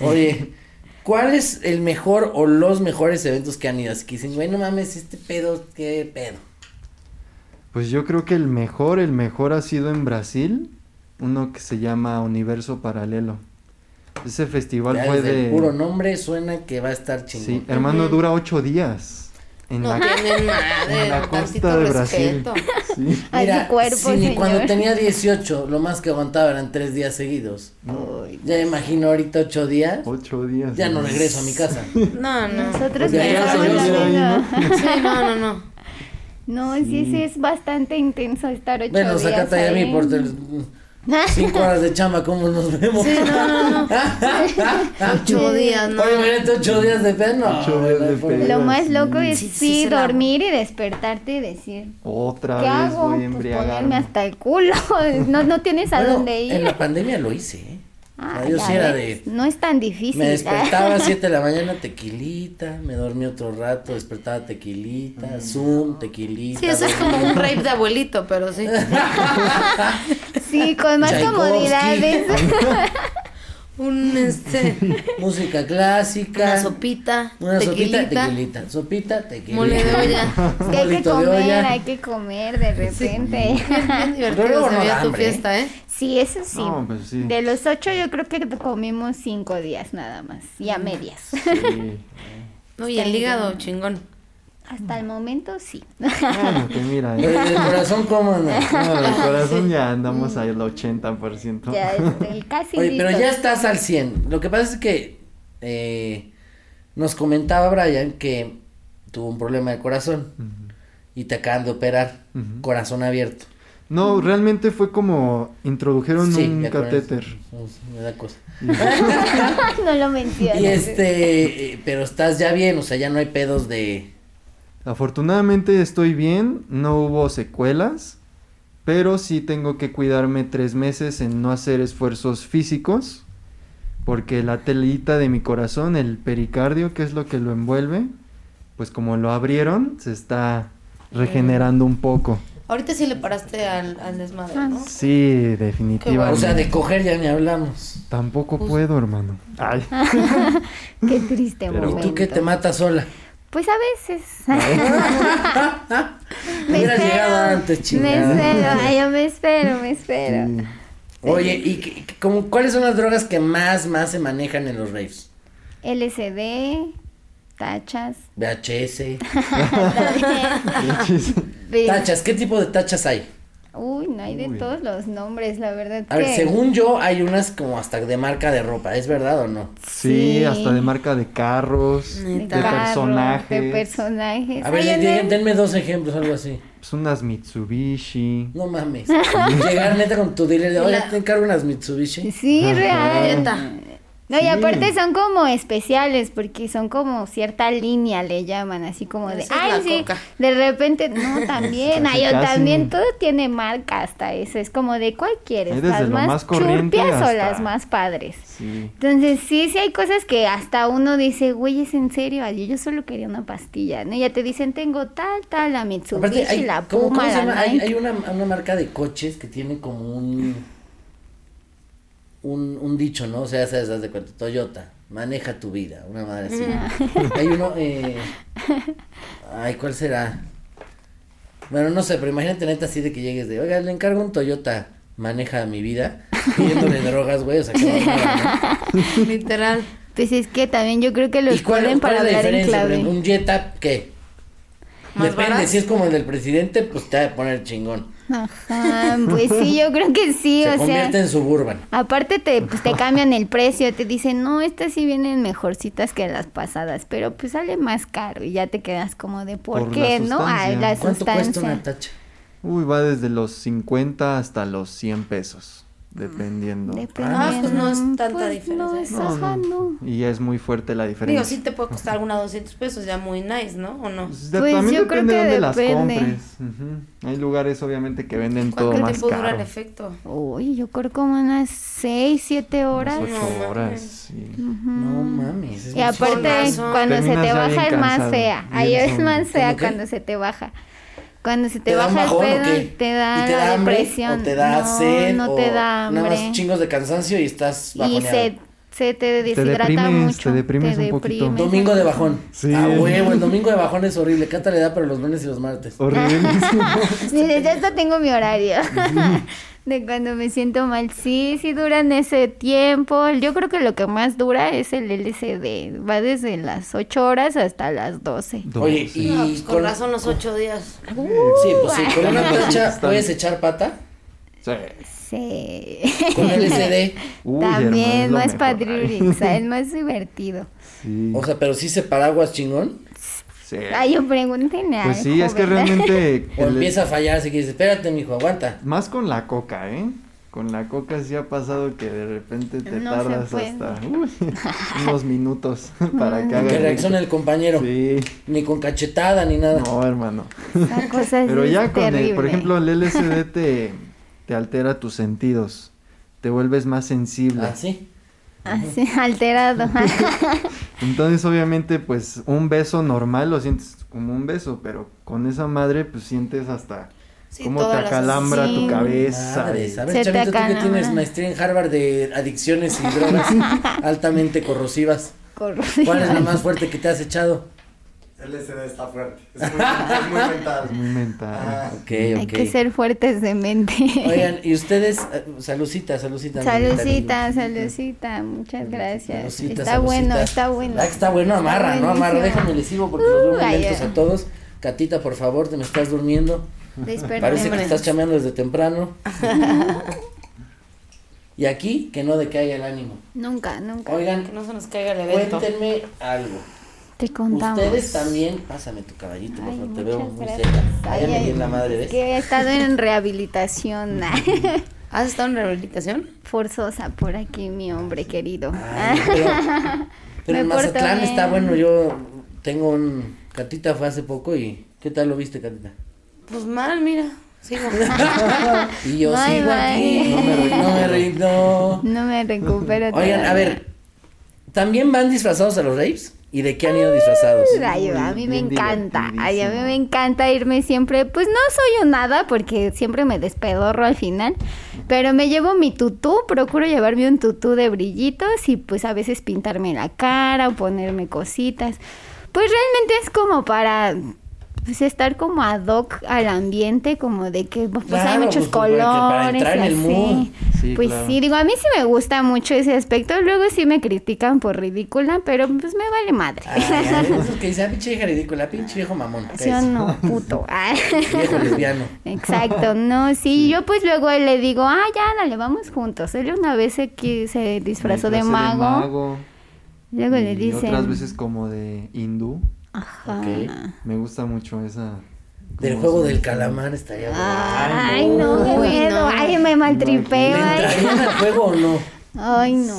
Speaker 1: Oye, ¿cuál es el mejor o los mejores eventos que han ido? Así que dicen, güey, no mames, este pedo, qué pedo.
Speaker 4: Pues yo creo que el mejor, el mejor ha sido en Brasil, uno que se llama Universo Paralelo. Ese festival
Speaker 1: Ya
Speaker 4: fue
Speaker 1: desde
Speaker 4: de...
Speaker 1: el puro nombre suena que va a estar chingón.
Speaker 4: Sí, hermano, dura ocho días. En
Speaker 3: No
Speaker 4: la,
Speaker 2: ah,
Speaker 3: tiene madre,
Speaker 4: en la
Speaker 3: tantito
Speaker 4: costa de Brasil.
Speaker 3: respeto.
Speaker 4: Sí.
Speaker 2: Ay, su cuerpo,
Speaker 1: si ni
Speaker 2: señor.
Speaker 1: cuando tenía 18, lo más que aguantaba eran tres días seguidos. Ya me imagino ahorita ocho días,
Speaker 4: Ocho días.
Speaker 1: ya no
Speaker 4: ¿no?
Speaker 1: regreso a mi casa.
Speaker 3: No, no.
Speaker 2: Nosotros
Speaker 1: Porque allá
Speaker 2: pensamos
Speaker 1: se
Speaker 2: lo
Speaker 1: oye
Speaker 2: mismo.
Speaker 3: Sí, no, no, no.
Speaker 2: No, sí, sí, es bastante intenso estar ocho
Speaker 1: Bueno,
Speaker 2: días
Speaker 1: sacate a
Speaker 2: ahí.
Speaker 1: mí por tel- cinco horas de chamba, ¿cómo nos vemos?
Speaker 3: Sí, no, no, no. Ocho días, no.
Speaker 1: Oye, imagínate ocho días de pedo. No,
Speaker 4: Ocho días de
Speaker 1: güey, no hay
Speaker 4: pedo.
Speaker 2: Lo más loco es
Speaker 3: Sí,
Speaker 2: sí,
Speaker 3: sí, se la-
Speaker 2: dormir y despertarte y decir,
Speaker 4: Otra
Speaker 2: ¿qué
Speaker 4: vez
Speaker 2: hago?
Speaker 4: voy a
Speaker 2: Pues ponerme
Speaker 4: embriagarme.
Speaker 2: hasta el culo. No, no tienes a
Speaker 1: Bueno,
Speaker 2: dónde ir.
Speaker 1: En la pandemia lo hice, ¿eh? O
Speaker 2: Ah,
Speaker 1: sea, yo
Speaker 2: ya
Speaker 1: sí era
Speaker 2: ves,
Speaker 1: de.
Speaker 2: No es tan difícil.
Speaker 1: Me despertaba a 7 de la mañana, tequilita. Me dormí otro rato, despertaba tequilita. Zoom, tequilita.
Speaker 3: Sí, eso es como un rape de abuelito, pero sí.
Speaker 2: Sí, con más
Speaker 1: Tchaikovsky.
Speaker 2: comodidades.
Speaker 3: Un, este,
Speaker 1: Música clásica.
Speaker 3: una sopita,
Speaker 1: Una sopita,
Speaker 3: tequilita,
Speaker 1: tequilita. Sopita, tequilita.
Speaker 3: mole de olla.
Speaker 2: Es que hay que
Speaker 1: Molito de
Speaker 2: comer,
Speaker 1: olla.
Speaker 2: hay que comer de repente.
Speaker 3: Bien
Speaker 1: Luego
Speaker 3: divertido
Speaker 1: no
Speaker 3: se
Speaker 1: da
Speaker 3: veía tu
Speaker 1: hambre, ¿eh?
Speaker 3: fiesta, ¿eh?
Speaker 2: Sí, eso sí.
Speaker 4: No, pues sí.
Speaker 2: De los ocho yo creo que comimos cinco días nada más.
Speaker 1: Mm.
Speaker 2: Y a medias.
Speaker 4: Sí.
Speaker 3: Oye, el hígado, chingón.
Speaker 2: Hasta el momento sí.
Speaker 4: Bueno, que mira, eh.
Speaker 1: Pero el corazón, ¿cómo anda?
Speaker 4: No, el corazón ya andamos ahí al 80%.
Speaker 2: Mm. ya este, casi
Speaker 1: Oye, pero
Speaker 2: listo.
Speaker 1: ya estás al 100. Lo que pasa es que eh, nos comentaba Brian que tuvo un problema de corazón y te acaban de operar. Corazón abierto.
Speaker 2: Mm.
Speaker 4: No, realmente fue como introdujeron un
Speaker 1: ya con eso.
Speaker 4: catéter.
Speaker 1: Me da cosa.
Speaker 2: no lo mencionas.
Speaker 1: Y este, eh, pero estás ya bien, o sea, ya no hay pedos de...
Speaker 4: Afortunadamente estoy bien, no hubo secuelas, pero sí tengo que cuidarme tres meses en no hacer esfuerzos físicos, porque la telita de mi corazón, el pericardio, que es lo que lo envuelve, pues como lo abrieron, se está regenerando un poco.
Speaker 3: Ahorita sí le paraste al, al desmadre,
Speaker 4: Ah,
Speaker 3: ¿no?
Speaker 4: Sí, definitivamente.
Speaker 1: O sea, de coger ya ni hablamos.
Speaker 4: Tampoco
Speaker 2: Pues
Speaker 4: puedo, hermano. Ay.
Speaker 2: Qué triste
Speaker 4: Pero-
Speaker 1: ¿Y tú
Speaker 2: momento.
Speaker 1: que te matas sola?
Speaker 2: Pues a veces. me
Speaker 1: Hubieras llegado
Speaker 2: espero.
Speaker 1: antes,
Speaker 2: me
Speaker 1: chingada.
Speaker 2: espero. Ay, yo me espero, me espero.
Speaker 4: Sí.
Speaker 1: Oye, ¿y qué- qué- como, cuáles son las drogas que más, más se manejan en los raves?
Speaker 2: LSD, tachas.
Speaker 1: VHS,
Speaker 4: Chis.
Speaker 2: de-
Speaker 1: tachas, ¿qué tipo de tachas hay?
Speaker 2: Uy, no hay de todos los nombres, la verdad.
Speaker 1: A
Speaker 2: que...
Speaker 1: ver, según yo, hay unas como hasta de marca de ropa, ¿es verdad o no?
Speaker 4: Sí,
Speaker 2: Sí.
Speaker 4: hasta de marca de carros,
Speaker 3: Neta.
Speaker 4: de
Speaker 2: Carro,
Speaker 4: personajes.
Speaker 2: De personajes.
Speaker 1: A ver,
Speaker 2: Ay,
Speaker 1: den-
Speaker 2: en el-
Speaker 1: denme dos ejemplos, algo así.
Speaker 4: pues, unas Mitsubishi.
Speaker 1: No mames. Llegar neta con tu dealer de, oye,
Speaker 3: La-
Speaker 1: te encargo unas Mitsubishi.
Speaker 2: Sí, real.
Speaker 3: Neta.
Speaker 2: No,
Speaker 4: Sí.
Speaker 2: y aparte son como especiales, porque son como cierta línea, le llaman, así como de,
Speaker 3: Esa es
Speaker 2: ay,
Speaker 3: la
Speaker 2: sí,
Speaker 3: coca".
Speaker 2: de repente, no, también, ay, yo
Speaker 4: Casi, casi.
Speaker 2: también, todo tiene marca hasta eso, es como de, ¿cuál quieres?
Speaker 4: Hay desde
Speaker 2: ¿Las
Speaker 4: lo
Speaker 2: más,
Speaker 4: más corriente
Speaker 2: churpias o
Speaker 4: hasta-
Speaker 2: las más padres?
Speaker 4: Sí.
Speaker 2: Entonces, sí, sí hay cosas que hasta uno dice, güey, es en serio, Ay, yo solo quería una pastilla, ¿no? Y ya te dicen, tengo tal, tal, la Mitsubishi,
Speaker 1: Aparte, hay,
Speaker 2: la
Speaker 1: ¿cómo- cómo
Speaker 2: Puma,
Speaker 1: se llama?
Speaker 2: la
Speaker 1: Hay-
Speaker 2: Nike.
Speaker 1: hay una, una marca de coches que tiene como un, un, un dicho, ¿no? O sea, sabes, haz de cuenta, Toyota, maneja tu vida, una madre así. Hay uno, eh, ay, ¿cuál será? Bueno, no sé, pero imagínate neta así de que llegues de, oiga, le encargo un Toyota, maneja mi vida, pidiéndole drogas, güey, o sea, que no, no,
Speaker 3: Literal.
Speaker 2: Pues es que también yo creo que
Speaker 1: no.
Speaker 2: los
Speaker 1: ¿Y cuál,
Speaker 2: ponen
Speaker 1: cuál
Speaker 2: para
Speaker 1: es la
Speaker 2: hablar en
Speaker 1: diferencia? Por
Speaker 2: clave.
Speaker 1: ejemplo, un Jetta, ¿qué?
Speaker 3: ¿Más
Speaker 1: Depende,
Speaker 3: varas?
Speaker 1: si es como el del presidente, pues te va a poner chingón.
Speaker 2: Ajá, pues sí, yo creo que sí,
Speaker 1: Se
Speaker 2: o sea.
Speaker 1: convierte en suburban.
Speaker 2: Aparte te, pues, te cambian el precio, te dicen, no, estas sí vienen mejorcitas que las pasadas, pero pues sale más caro y ya te quedas como de por,
Speaker 4: Por la
Speaker 2: qué, ¿no? Ay,
Speaker 4: sustancia.
Speaker 2: la
Speaker 1: ¿Cuánto cuesta una Ah,
Speaker 2: sustancia.
Speaker 1: tacha?
Speaker 4: Uy, va desde los 50 hasta los 100 pesos, dependiendo.
Speaker 3: Ah, pues no es tanta
Speaker 2: No,
Speaker 3: diferencia.
Speaker 2: es-
Speaker 4: No,
Speaker 2: ajá, no.
Speaker 4: no. Y es muy fuerte la diferencia.
Speaker 3: Digo, sí te puede costar alguna 200 pesos, ya muy nice, ¿no? ¿O no?
Speaker 4: Pues de-
Speaker 2: Pues
Speaker 4: también
Speaker 2: yo creo
Speaker 4: depende de
Speaker 2: que
Speaker 4: dónde las
Speaker 2: depende.
Speaker 4: compres. Ujú. Hay lugares obviamente que venden todo
Speaker 3: ¿Cuánto
Speaker 4: más
Speaker 3: tiempo dura el
Speaker 4: caro.
Speaker 3: efecto?
Speaker 2: Uy, yo creo como unas 6, 7 horas.
Speaker 4: Unas ocho
Speaker 3: No
Speaker 4: horas,
Speaker 3: mames.
Speaker 4: sí.
Speaker 1: No mames. es
Speaker 2: Mm. Y aparte,
Speaker 3: razón.
Speaker 2: cuando se
Speaker 4: Terminas
Speaker 2: te
Speaker 4: ya bien
Speaker 2: baja es más
Speaker 4: cansado,
Speaker 2: fea.
Speaker 4: bien
Speaker 2: Ahí es
Speaker 4: zombie.
Speaker 2: más fea
Speaker 1: ¿Cómo qué?
Speaker 2: cuando se te baja. Cuando se te,
Speaker 1: ¿Te da un
Speaker 2: baja
Speaker 1: bajón o
Speaker 2: el
Speaker 1: qué?
Speaker 2: pedo, te da,
Speaker 1: ¿Y te
Speaker 2: la
Speaker 1: da hambre?
Speaker 2: depresión.
Speaker 1: ¿O te da
Speaker 2: no,
Speaker 1: sed?
Speaker 2: no
Speaker 1: o
Speaker 2: te da hambre.
Speaker 1: Nada más chingos de cansancio y estás
Speaker 2: y
Speaker 1: bajoneado.
Speaker 2: se, se te deshidrata
Speaker 4: deprimes,
Speaker 2: mucho.
Speaker 4: te deprimes un poquito.
Speaker 2: deprimes.
Speaker 1: Domingo de bajón.
Speaker 4: Sí.
Speaker 1: Ah, huevo, el domingo de bajón es horrible. Cata le da pero los lunes y los martes.
Speaker 4: Horrible.
Speaker 2: Dices, ya hasta tengo mi horario. de cuando me siento mal. Sí, sí duran ese tiempo. Yo creo que lo que más dura es el LCD. Va desde las 8 horas hasta las 12.
Speaker 1: Oye, y
Speaker 3: No, pues
Speaker 1: con-
Speaker 3: con razón los ocho días.
Speaker 1: Sí, pues sí, con una tacha puedes echar pata.
Speaker 4: Sí.
Speaker 2: Sí.
Speaker 1: Con LCD.
Speaker 4: Uy,
Speaker 2: También
Speaker 4: hermano,
Speaker 2: más
Speaker 4: es lo mejor.
Speaker 2: Padrurix, el más divertido.
Speaker 4: Sí.
Speaker 1: O sea, pero sí se paraguas chingón.
Speaker 4: sí.
Speaker 2: Ay, yo pregúntenle a
Speaker 4: Pues sí, es que realmente
Speaker 1: O
Speaker 4: el-
Speaker 1: empieza a fallar, así que dices, espérate, mijo, aguanta.
Speaker 4: más con la coca, ¿eh? Con la coca sí ha pasado que de repente te
Speaker 2: No se
Speaker 4: tardas
Speaker 2: puede.
Speaker 4: hasta uy, unos minutos para que haga
Speaker 1: Que reaccione
Speaker 4: efecto.
Speaker 1: el compañero.
Speaker 4: Sí.
Speaker 1: Ni con cachetada ni nada.
Speaker 4: No, hermano.
Speaker 2: Esa cosa
Speaker 4: Pero
Speaker 2: sí
Speaker 4: ya
Speaker 2: es
Speaker 4: con el, por
Speaker 2: terrible.
Speaker 4: ejemplo, el LSD te, te altera tus sentidos. Te vuelves más sensible.
Speaker 1: Ah, sí.
Speaker 2: Así, alterado.
Speaker 4: Entonces, obviamente, pues un beso normal lo sientes como un beso, pero con esa madre, pues sientes hasta
Speaker 3: Sí,
Speaker 4: cómo te
Speaker 3: todas las-
Speaker 4: acalambra
Speaker 2: Sí.
Speaker 4: tu cabeza.
Speaker 1: Madre,
Speaker 4: y-
Speaker 1: ¿sabes,
Speaker 2: Se te
Speaker 1: Chavito? Tú que
Speaker 2: acalama.
Speaker 1: tienes maestría en Harvard de adicciones y drogas altamente corrosivas.
Speaker 2: Corrosivo.
Speaker 1: ¿Cuál es la más fuerte que te has echado?
Speaker 5: LSD está fuerte. Es muy, es muy mental.
Speaker 4: Muy mental.
Speaker 5: Ah,
Speaker 1: Ok, ok.
Speaker 2: Hay que ser fuertes de mente.
Speaker 1: Oigan, y ustedes, eh, salucita, salucita.
Speaker 2: Salucita, salucita, muchas gracias.
Speaker 1: Salucita,
Speaker 2: está
Speaker 1: salucita.
Speaker 2: bueno, está bueno.
Speaker 1: Ah, que está bueno, amarra, ¿no? Amarra,
Speaker 2: buenísimo.
Speaker 1: déjame les sigo porque los veo muy
Speaker 2: Uh, ay,
Speaker 1: lentos
Speaker 2: ay.
Speaker 1: a todos. Catita, por favor, te me estás durmiendo.
Speaker 2: Despertemos.
Speaker 1: Parece que estás chameando desde temprano. y aquí, que no decaiga el ánimo.
Speaker 2: Nunca, nunca.
Speaker 3: Que
Speaker 1: Oigan,
Speaker 3: no se nos caiga el evento.
Speaker 1: cuéntenme algo.
Speaker 2: Te contamos.
Speaker 1: Ustedes también, pásame tu caballito, por
Speaker 2: Ay,
Speaker 1: favor, te
Speaker 2: muchas
Speaker 1: veo muy
Speaker 2: gracias.
Speaker 1: cerca. Ay,
Speaker 2: Ay,
Speaker 1: ya me
Speaker 2: ay,
Speaker 1: di en la madre, ¿ves?
Speaker 2: Que he estado en rehabilitación
Speaker 3: ¿Has estado en rehabilitación?
Speaker 2: forzosa por aquí, mi hombre querido.
Speaker 1: Ay, pero pero
Speaker 2: Me
Speaker 1: en
Speaker 2: porto
Speaker 1: Mazatlán
Speaker 2: bien.
Speaker 1: está bueno, yo tengo un... Catita fue hace poco y... ¿Qué tal lo viste, Catita?
Speaker 3: Pues mal, mira. Sigo.
Speaker 1: Y yo
Speaker 2: Bye,
Speaker 1: sigo
Speaker 2: bye.
Speaker 1: aquí, no me rindo, no me rindo.
Speaker 2: No me recupero.
Speaker 1: Oigan,
Speaker 2: todavía.
Speaker 1: a ver, ¿también van disfrazados a los raves? ¿Y de qué han ido disfrazados?
Speaker 2: Mm, Ay, a mí me
Speaker 4: bien
Speaker 2: encanta. Ay, a mí me
Speaker 4: divertidísimo.
Speaker 2: encanta irme siempre. Pues no soy un nada porque siempre me despedorro al final. Pero me llevo mi tutú, procuro llevarme un tutú de brillitos y pues a veces pintarme la cara o ponerme cositas. Pues realmente es como para pues estar como ad hoc al ambiente, como de que pues hay
Speaker 1: Claro, pues,
Speaker 2: muchos
Speaker 1: como de que
Speaker 2: colores.
Speaker 1: para entrar en el
Speaker 2: y
Speaker 1: mood.
Speaker 2: así.
Speaker 4: Sí,
Speaker 2: pues
Speaker 4: claro.
Speaker 2: sí, digo, a mí sí me gusta mucho ese aspecto. Luego sí me critican por ridícula, pero pues me vale madre.
Speaker 1: Ay, ay, esos que dicen, ah, pinche hija ridícula, pinche viejo mamón.
Speaker 2: ¿Sí o
Speaker 1: cállese,
Speaker 2: no, puto? Ah.
Speaker 1: Viejo lesbiano.
Speaker 2: Exacto, no, sí, yo pues luego le digo, ah, ya, dale, vamos juntos. Él una vez se, qui- se disfrazó de
Speaker 4: Disfrace
Speaker 2: mago, luego le
Speaker 4: y
Speaker 2: dicen...
Speaker 4: otras veces como de hindú.
Speaker 2: Ajá.
Speaker 1: Ok.
Speaker 4: Me gusta mucho esa.
Speaker 1: Del
Speaker 4: como
Speaker 1: juego
Speaker 4: su-
Speaker 1: del calamar estaría bueno.
Speaker 2: Ay, no, qué
Speaker 3: Uy,
Speaker 2: miedo,
Speaker 3: no.
Speaker 2: ay, me maltripeo,
Speaker 1: ¿Le
Speaker 2: ay,
Speaker 1: entrarían al juego o no?
Speaker 2: ay, no.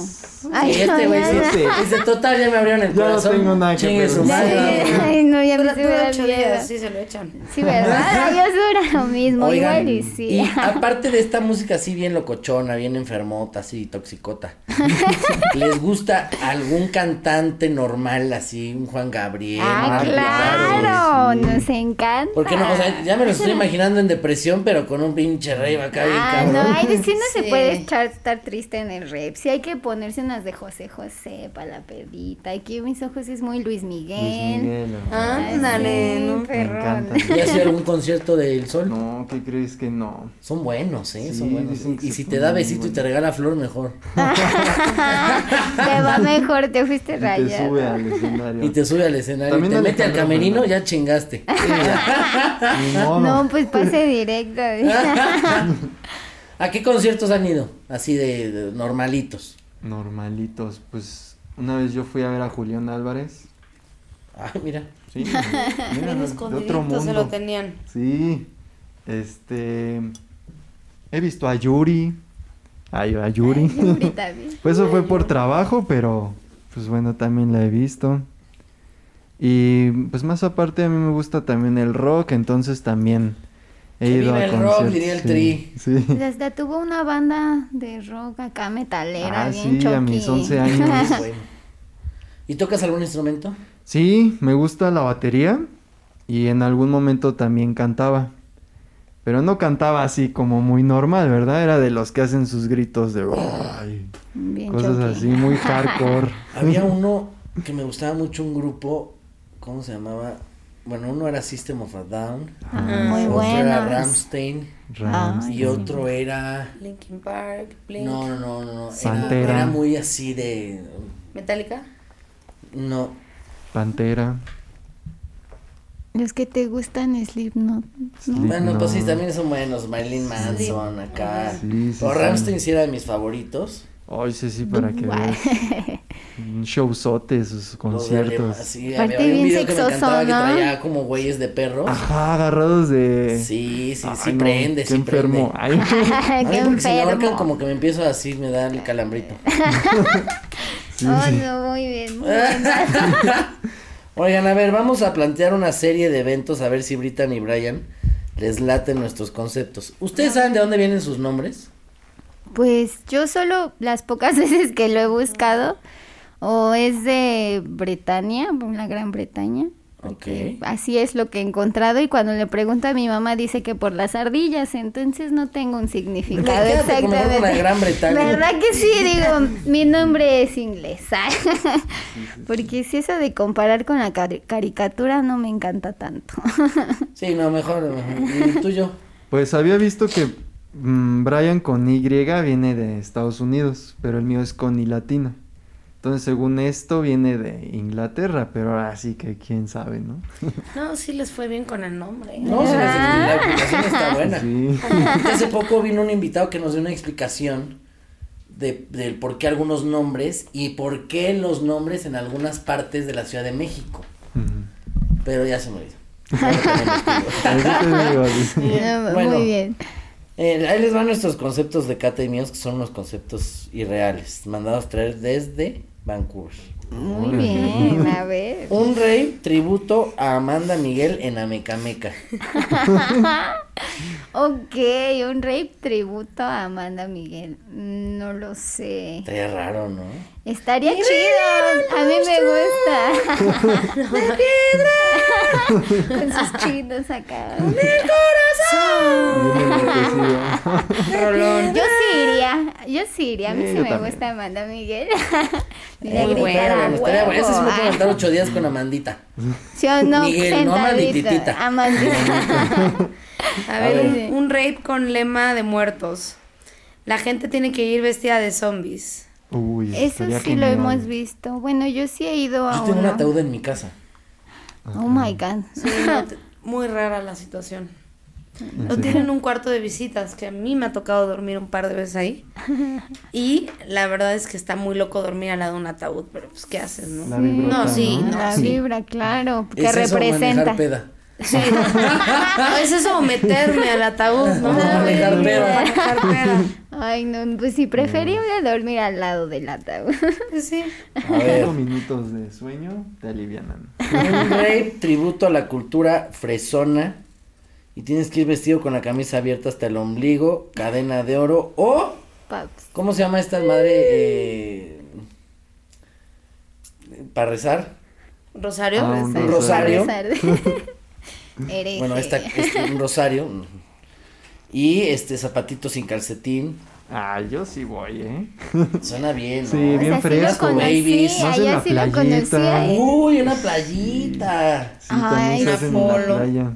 Speaker 2: Ay,
Speaker 1: Y este
Speaker 2: no,
Speaker 1: güey
Speaker 2: ya,
Speaker 1: sí.
Speaker 4: ya.
Speaker 1: Dice, total, ya me abrieron el
Speaker 4: Ya no
Speaker 1: corazón.
Speaker 4: tengo nada que
Speaker 1: Chingue su
Speaker 4: perder.
Speaker 1: madre.
Speaker 2: Sí, ay, no, ya me
Speaker 3: Dura,
Speaker 2: se
Speaker 3: dura
Speaker 2: me
Speaker 3: ocho
Speaker 2: olvida.
Speaker 3: días, sí se lo echan.
Speaker 2: Sí, ¿verdad? Ellos duran lo mismo,
Speaker 1: Oigan,
Speaker 2: igual y sí.
Speaker 1: y aparte de esta música así bien locochona, bien enfermota, así toxicota, ¿les gusta algún cantante normal así, un Juan Gabriel?
Speaker 2: ah,
Speaker 1: una
Speaker 2: claro,
Speaker 1: Pilar, o-
Speaker 2: nos encanta.
Speaker 1: ¿Por qué no? O sea, ya me lo estoy imaginando en depresión, pero con un pinche rey acá bien
Speaker 2: Ah,
Speaker 1: cabrón.
Speaker 2: no, ay, sí no se
Speaker 3: Sí.
Speaker 2: puede echar, estar triste en el rap. Sí hay que ponerse unas de José José para la pedita. Aquí mis ojos es muy Luis Miguel.
Speaker 4: Luis Miguel, o-
Speaker 3: Ándale, no,
Speaker 4: me encanta.
Speaker 1: ¿Ya has ido a algún concierto del sol?
Speaker 4: No, ¿qué crees que no?
Speaker 1: Son buenos, ¿eh? Son
Speaker 4: Sí,
Speaker 1: buenos.
Speaker 4: dicen que
Speaker 1: Y
Speaker 4: se
Speaker 1: si te
Speaker 4: ponen
Speaker 1: da
Speaker 4: muy
Speaker 1: besito y te
Speaker 4: buenos.
Speaker 1: regala flor, mejor.
Speaker 2: Te va mejor, te fuiste
Speaker 4: Y te
Speaker 2: rayado.
Speaker 4: sube al escenario.
Speaker 1: Y te sube al escenario, y
Speaker 4: También
Speaker 1: te mete al
Speaker 4: Alejandro
Speaker 1: camerino,
Speaker 4: Fernández.
Speaker 1: ya chingaste.
Speaker 4: Ni modo.
Speaker 2: No, pues pase directo.
Speaker 1: ¿A qué conciertos han ido? Así de, de normalitos.
Speaker 4: Normalitos. Pues una vez yo fui a ver a Julián Álvarez.
Speaker 1: Ah, mira.
Speaker 4: Sí. mira,
Speaker 3: Bien
Speaker 4: de otro
Speaker 3: escondidito
Speaker 4: mundo.
Speaker 3: se lo tenían.
Speaker 4: Sí. Este. He visto a Yuri. Ay, a Yuri.
Speaker 2: Ahorita bien.
Speaker 4: Pues eso fue por trabajo, pero pues bueno, también la he visto. Y pues más aparte a mí me gusta también el rock, entonces también he
Speaker 1: Que
Speaker 4: ido
Speaker 1: viva
Speaker 4: a
Speaker 1: el rock,
Speaker 4: conciertos,
Speaker 1: diría el
Speaker 4: sí,
Speaker 1: Tri.
Speaker 4: Sí.
Speaker 2: Hasta tuvo una banda de rock acá metalera,
Speaker 4: Ah,
Speaker 2: bien
Speaker 4: sí, a mis
Speaker 2: choqui.
Speaker 4: 11 años.
Speaker 1: Bueno. ¿Y tocas algún instrumento?
Speaker 4: Sí, me gusta la batería y en algún momento también cantaba. Pero no cantaba así como muy normal, ¿verdad? Era de los que hacen sus gritos de "Ay",
Speaker 2: Bien
Speaker 4: cosas
Speaker 2: choqui.
Speaker 4: así muy hardcore.
Speaker 1: Había uno que me gustaba mucho, un grupo, ¿cómo se llamaba? Bueno, uno era System of a Down,
Speaker 2: Ah, muy
Speaker 1: otro era
Speaker 2: buenos.
Speaker 1: Ramstein
Speaker 4: Rams.
Speaker 1: y otro era...
Speaker 3: Linkin Park, Blink,
Speaker 1: No, no, no, no, no. Era,
Speaker 4: Santera.
Speaker 1: era muy así de...
Speaker 3: Metallica.
Speaker 1: No,
Speaker 4: Pantera.
Speaker 2: Los que te gustan Slipknot.
Speaker 1: Bueno, pues sí,
Speaker 4: Slipknot.
Speaker 1: también son buenos. Marilyn Manson acá.
Speaker 4: Sí, sí,
Speaker 1: o
Speaker 4: sí.
Speaker 1: Ramstein sí era de mis favoritos.
Speaker 4: Ay, sí, sí, para que
Speaker 2: Guay.
Speaker 4: veas. Un showzote, sus
Speaker 1: Los de
Speaker 4: conciertos.
Speaker 1: Ale- Sí,
Speaker 2: Aparte
Speaker 1: había había un
Speaker 2: bien
Speaker 1: video que me
Speaker 2: sexoso,
Speaker 1: encantaba que
Speaker 2: ¿no?
Speaker 1: traía como güeyes de perros.
Speaker 4: Ajá, agarrados de.
Speaker 1: Sí, sí,
Speaker 4: Ay,
Speaker 1: sí
Speaker 4: no,
Speaker 1: prende,
Speaker 4: qué
Speaker 1: sí
Speaker 4: enfermo.
Speaker 1: prende.
Speaker 4: Ay,
Speaker 1: A mí
Speaker 2: Qué
Speaker 1: porque si me ahorcan
Speaker 2: enfermo.
Speaker 1: como que me empiezo así, me da el calambrito.
Speaker 2: Oh, no, muy bien. muy bien.
Speaker 1: Oigan, a ver, vamos a plantear una serie de eventos a ver si Britan y Brian les laten nuestros conceptos. ¿Ustedes saben de dónde vienen sus nombres?
Speaker 2: Pues yo solo las pocas veces que lo he buscado, o es de Bretaña, la Gran Bretaña.
Speaker 1: Ok.
Speaker 2: Así es lo que he encontrado y cuando le pregunto a mi mamá dice que por las ardillas, entonces no tengo un significado
Speaker 1: Quédate como
Speaker 2: exactamente.
Speaker 1: una Gran Bretaña.
Speaker 2: ¿Verdad que sí? Digo, mi nombre es inglés. ay. Porque si eso de comparar con la cari- caricatura no me encanta tanto.
Speaker 1: Sí, no, mejor, mejor. ¿Y el tuyo?
Speaker 4: Pues había visto que mm, Brian con Y viene de Estados Unidos, pero el mío es con Y latina. Entonces, según esto, viene de Inglaterra, pero ahora sí que quién sabe, ¿no?
Speaker 3: No, sí les fue bien con el nombre.
Speaker 1: No,
Speaker 2: Ah.
Speaker 1: si les- la explicación está buena.
Speaker 4: Sí.
Speaker 1: Hace poco vino un invitado que nos dio una explicación de, del por qué algunos nombres y por qué los nombres en algunas partes de la Ciudad de México. Pero ya se me olvidó.
Speaker 4: Ahorita te digo, dice.
Speaker 2: No,
Speaker 1: Bueno.
Speaker 2: Muy bien.
Speaker 1: Eh, ahí les van nuestros conceptos de Cata y míos, que son unos conceptos irreales, mandados traer desde Vancouver.
Speaker 2: Muy bien, a ver.
Speaker 1: Un rey tributo a Amanda Miguel en Amecameca.
Speaker 2: Ok, un rape tributo a Amanda Miguel. No lo sé.
Speaker 1: Estaría raro, ¿no?
Speaker 2: Estaría chido. A mí me gusta. Con sus chinos acá.
Speaker 4: Viene enloquecido.
Speaker 2: Yo sí iría. Yo sí iría. A mí
Speaker 4: Sí,
Speaker 2: sí
Speaker 4: yo
Speaker 2: me
Speaker 4: también.
Speaker 2: gusta Amanda Miguel.
Speaker 1: Eh,
Speaker 2: Mira,
Speaker 1: estaría
Speaker 2: gritar a
Speaker 1: bueno, estaría bueno. Ese sí me
Speaker 2: huevo. Ah,
Speaker 1: puede aguantar ocho días con Amandita.
Speaker 2: ¿Sí o no?
Speaker 1: Miguel, no,
Speaker 2: Sentadito. Ah,
Speaker 1: Amandititita.
Speaker 2: Amanditita.
Speaker 3: A
Speaker 1: A
Speaker 3: ver,
Speaker 2: ver.
Speaker 3: un, un rape con lema de muertos. La gente tiene que ir vestida de zombies.
Speaker 4: Uy,
Speaker 2: Eso sí
Speaker 4: estaría
Speaker 2: lo
Speaker 4: genial.
Speaker 2: hemos visto. Bueno, yo sí he ido a
Speaker 1: Yo tengo un
Speaker 2: uno.
Speaker 1: ataúd en mi casa.
Speaker 2: Oh my god.
Speaker 3: Sí, no, te- muy rara la situación. Lo tienen un cuarto de visitas, que a mí me ha tocado dormir un par de veces ahí. Y la verdad es que está muy loco dormir al lado de un ataúd, pero pues ¿qué haces, no?
Speaker 4: La vibrota,
Speaker 3: No, sí,
Speaker 4: ¿no?
Speaker 3: no.
Speaker 2: La
Speaker 3: sí.
Speaker 2: vibra, claro, que
Speaker 1: ¿Es eso o
Speaker 2: representa.
Speaker 1: manejar peda?
Speaker 3: Sí. No, es eso o meterme al ataúd,
Speaker 1: No,
Speaker 3: ¿no?
Speaker 1: manejar
Speaker 3: Sí,
Speaker 1: peda.
Speaker 3: manejar peda.
Speaker 2: Ay, no, pues sí,
Speaker 1: Mm.
Speaker 2: preferible dormir al lado del ataúd.
Speaker 3: Pues sí.
Speaker 1: A ver.
Speaker 4: Cinco minutos de sueño te alivianan.
Speaker 1: Un rave tributo a la cultura fresona. Y tienes que ir vestido con la camisa abierta hasta el ombligo, cadena de oro o.
Speaker 2: Paps.
Speaker 1: ¿Cómo se llama esta madre? Eh, para rezar.
Speaker 3: Rosario. pues,
Speaker 4: Ah, un
Speaker 3: Rosario.
Speaker 1: Rosario.
Speaker 2: Hereje.
Speaker 1: Bueno, esta, este, un rosario. Y este zapatito sin calcetín.
Speaker 4: Ah, yo sí voy, ¿eh?
Speaker 1: Suena bien, ¿no?
Speaker 4: Sí, bien
Speaker 2: O sea, sí lo
Speaker 4: fresco.
Speaker 2: conocí,
Speaker 1: babies. Uh.
Speaker 4: Más en
Speaker 2: allá
Speaker 4: la
Speaker 2: sí lo conocí,
Speaker 4: playita.
Speaker 2: ahí.
Speaker 1: Uy, una playita.
Speaker 4: Sí, también se
Speaker 3: Ay,
Speaker 4: hacen en la
Speaker 3: Apolo.
Speaker 4: playa.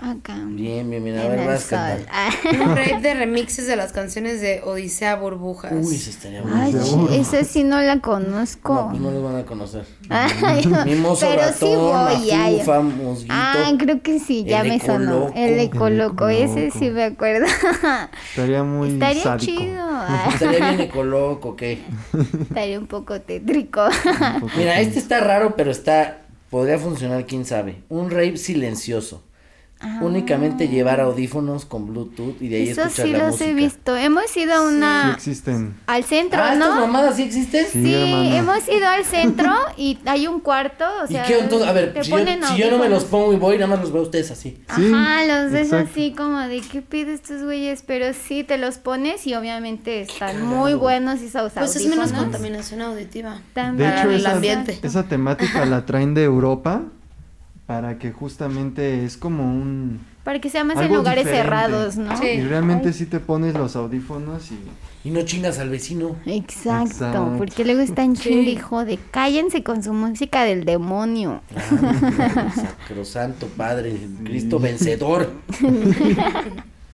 Speaker 2: Acá.
Speaker 1: Bien, bien, bien. A
Speaker 2: En
Speaker 1: ver,
Speaker 2: el
Speaker 1: vas a
Speaker 2: sol.
Speaker 1: cantar.
Speaker 2: Ah,
Speaker 3: Un rave de remixes de las canciones de Odisea Burbujas.
Speaker 1: Uy, se estaría bueno.
Speaker 2: Ay,
Speaker 4: Seguro.
Speaker 2: esa sí no la
Speaker 1: No,
Speaker 2: conozco.
Speaker 1: pues no los van a conocer.
Speaker 2: Ay, no,
Speaker 1: Mimoso
Speaker 2: pero sí
Speaker 1: ratón,
Speaker 2: voy. ay.
Speaker 1: mafufa, musguito.
Speaker 2: Ah, creo que sí, ya
Speaker 1: El
Speaker 2: me sonó.
Speaker 1: Ecoloco.
Speaker 2: El Ecoloco,
Speaker 4: Ecoloco.
Speaker 2: ese sí me acuerdo.
Speaker 4: Estaría muy
Speaker 2: Estaría
Speaker 4: sádico.
Speaker 2: chido. ah,
Speaker 1: Estaría bien ecoloco, ok.
Speaker 2: Estaría un poco tétrico.
Speaker 4: Un poco
Speaker 1: Mira,
Speaker 4: así.
Speaker 1: este está raro, pero está. Podría funcionar, quién sabe. Un rave silencioso. Únicamente llevar audífonos con Bluetooth y de ahí
Speaker 2: Ah. Eso
Speaker 1: escuchar
Speaker 2: sí
Speaker 1: la
Speaker 2: los
Speaker 1: música.
Speaker 2: he visto. Hemos ido a
Speaker 4: Sí
Speaker 2: una
Speaker 4: existen.
Speaker 2: al centro,
Speaker 1: Ah, ¿estas
Speaker 2: ¿no?
Speaker 1: mamadas sí existen?
Speaker 4: Sí,
Speaker 2: Sí,
Speaker 4: hermana.
Speaker 2: hemos ido al centro y hay un cuarto, o
Speaker 1: ¿Y
Speaker 2: sea,
Speaker 1: qué entonces? A ver,
Speaker 2: te
Speaker 1: si yo,
Speaker 2: ponen
Speaker 1: si yo no me
Speaker 2: audífonos.
Speaker 1: los pongo y voy, nada más los veo a ustedes así.
Speaker 4: Sí,
Speaker 2: Ajá, los ves
Speaker 4: exacto.
Speaker 2: así como de qué pido estos güeyes, pero sí te los pones y obviamente están muy buenos y
Speaker 3: Pues es menos
Speaker 2: contaminante.
Speaker 3: contaminación auditiva.
Speaker 4: De
Speaker 3: Para
Speaker 4: hecho,
Speaker 3: el
Speaker 4: esa,
Speaker 3: ambiente.
Speaker 4: esa temática la traen de Europa para que justamente es como un...
Speaker 2: Para que sea más en
Speaker 4: algo
Speaker 2: lugares
Speaker 4: diferente.
Speaker 2: cerrados, ¿no?
Speaker 3: Sí.
Speaker 4: Y realmente si te pones los audífonos y...
Speaker 1: Y no chingas al vecino.
Speaker 2: Exacto,
Speaker 4: Exacto.
Speaker 2: porque luego están chingue y jode, cállense con su música del demonio.
Speaker 1: Sacrosanto Padre, Cristo vencedor.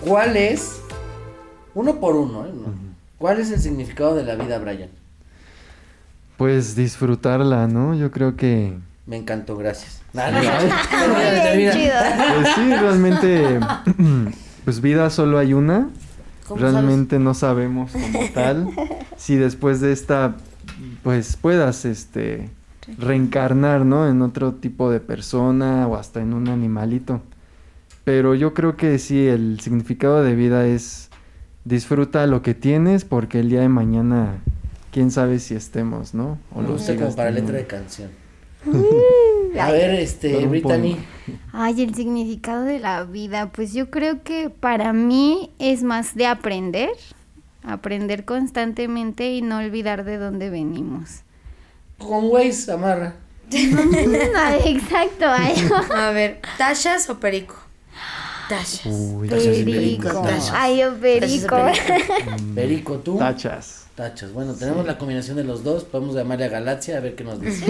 Speaker 1: ¿Cuál es? Uno por uno, ¿eh? No. ¿Cuál es el significado de la vida, Brian?
Speaker 4: Pues disfrutarla, ¿no? Yo creo que...
Speaker 1: Me encantó, gracias. Nada, no,
Speaker 2: Muy
Speaker 1: termina,
Speaker 2: bien,
Speaker 1: termina.
Speaker 2: chido.
Speaker 4: Pues sí, realmente... Pues vida solo hay una.
Speaker 3: ¿Cómo
Speaker 4: Realmente no sabemos como tal si después de esta pues puedas este reencarnar, ¿no? En otro tipo de persona o hasta en un animalito. Pero yo creo que sí el significado de vida es disfruta lo que tienes porque el día de mañana quién sabe si estemos, ¿no? O
Speaker 1: Me
Speaker 4: lo
Speaker 1: gusta
Speaker 4: sigas
Speaker 1: como para letra de
Speaker 4: teniendo.
Speaker 1: canción. A ver, este,
Speaker 4: Pero un
Speaker 1: Brittany.
Speaker 4: poco.
Speaker 2: Ay, el significado de la vida, pues yo creo que para mí es más de aprender, aprender constantemente y no olvidar de dónde venimos.
Speaker 1: Con Waze, amarra.
Speaker 2: Ay, Exacto, ay,
Speaker 3: A ver, ¿tachas o perico? Tachas.
Speaker 4: Uy,
Speaker 2: perico. Ay, yo perico.
Speaker 1: Perico, tú.
Speaker 4: Mm. tachas.
Speaker 1: Tachas. Bueno, tenemos la combinación de los dos. Podemos llamarle a Galaxia a ver qué nos dice.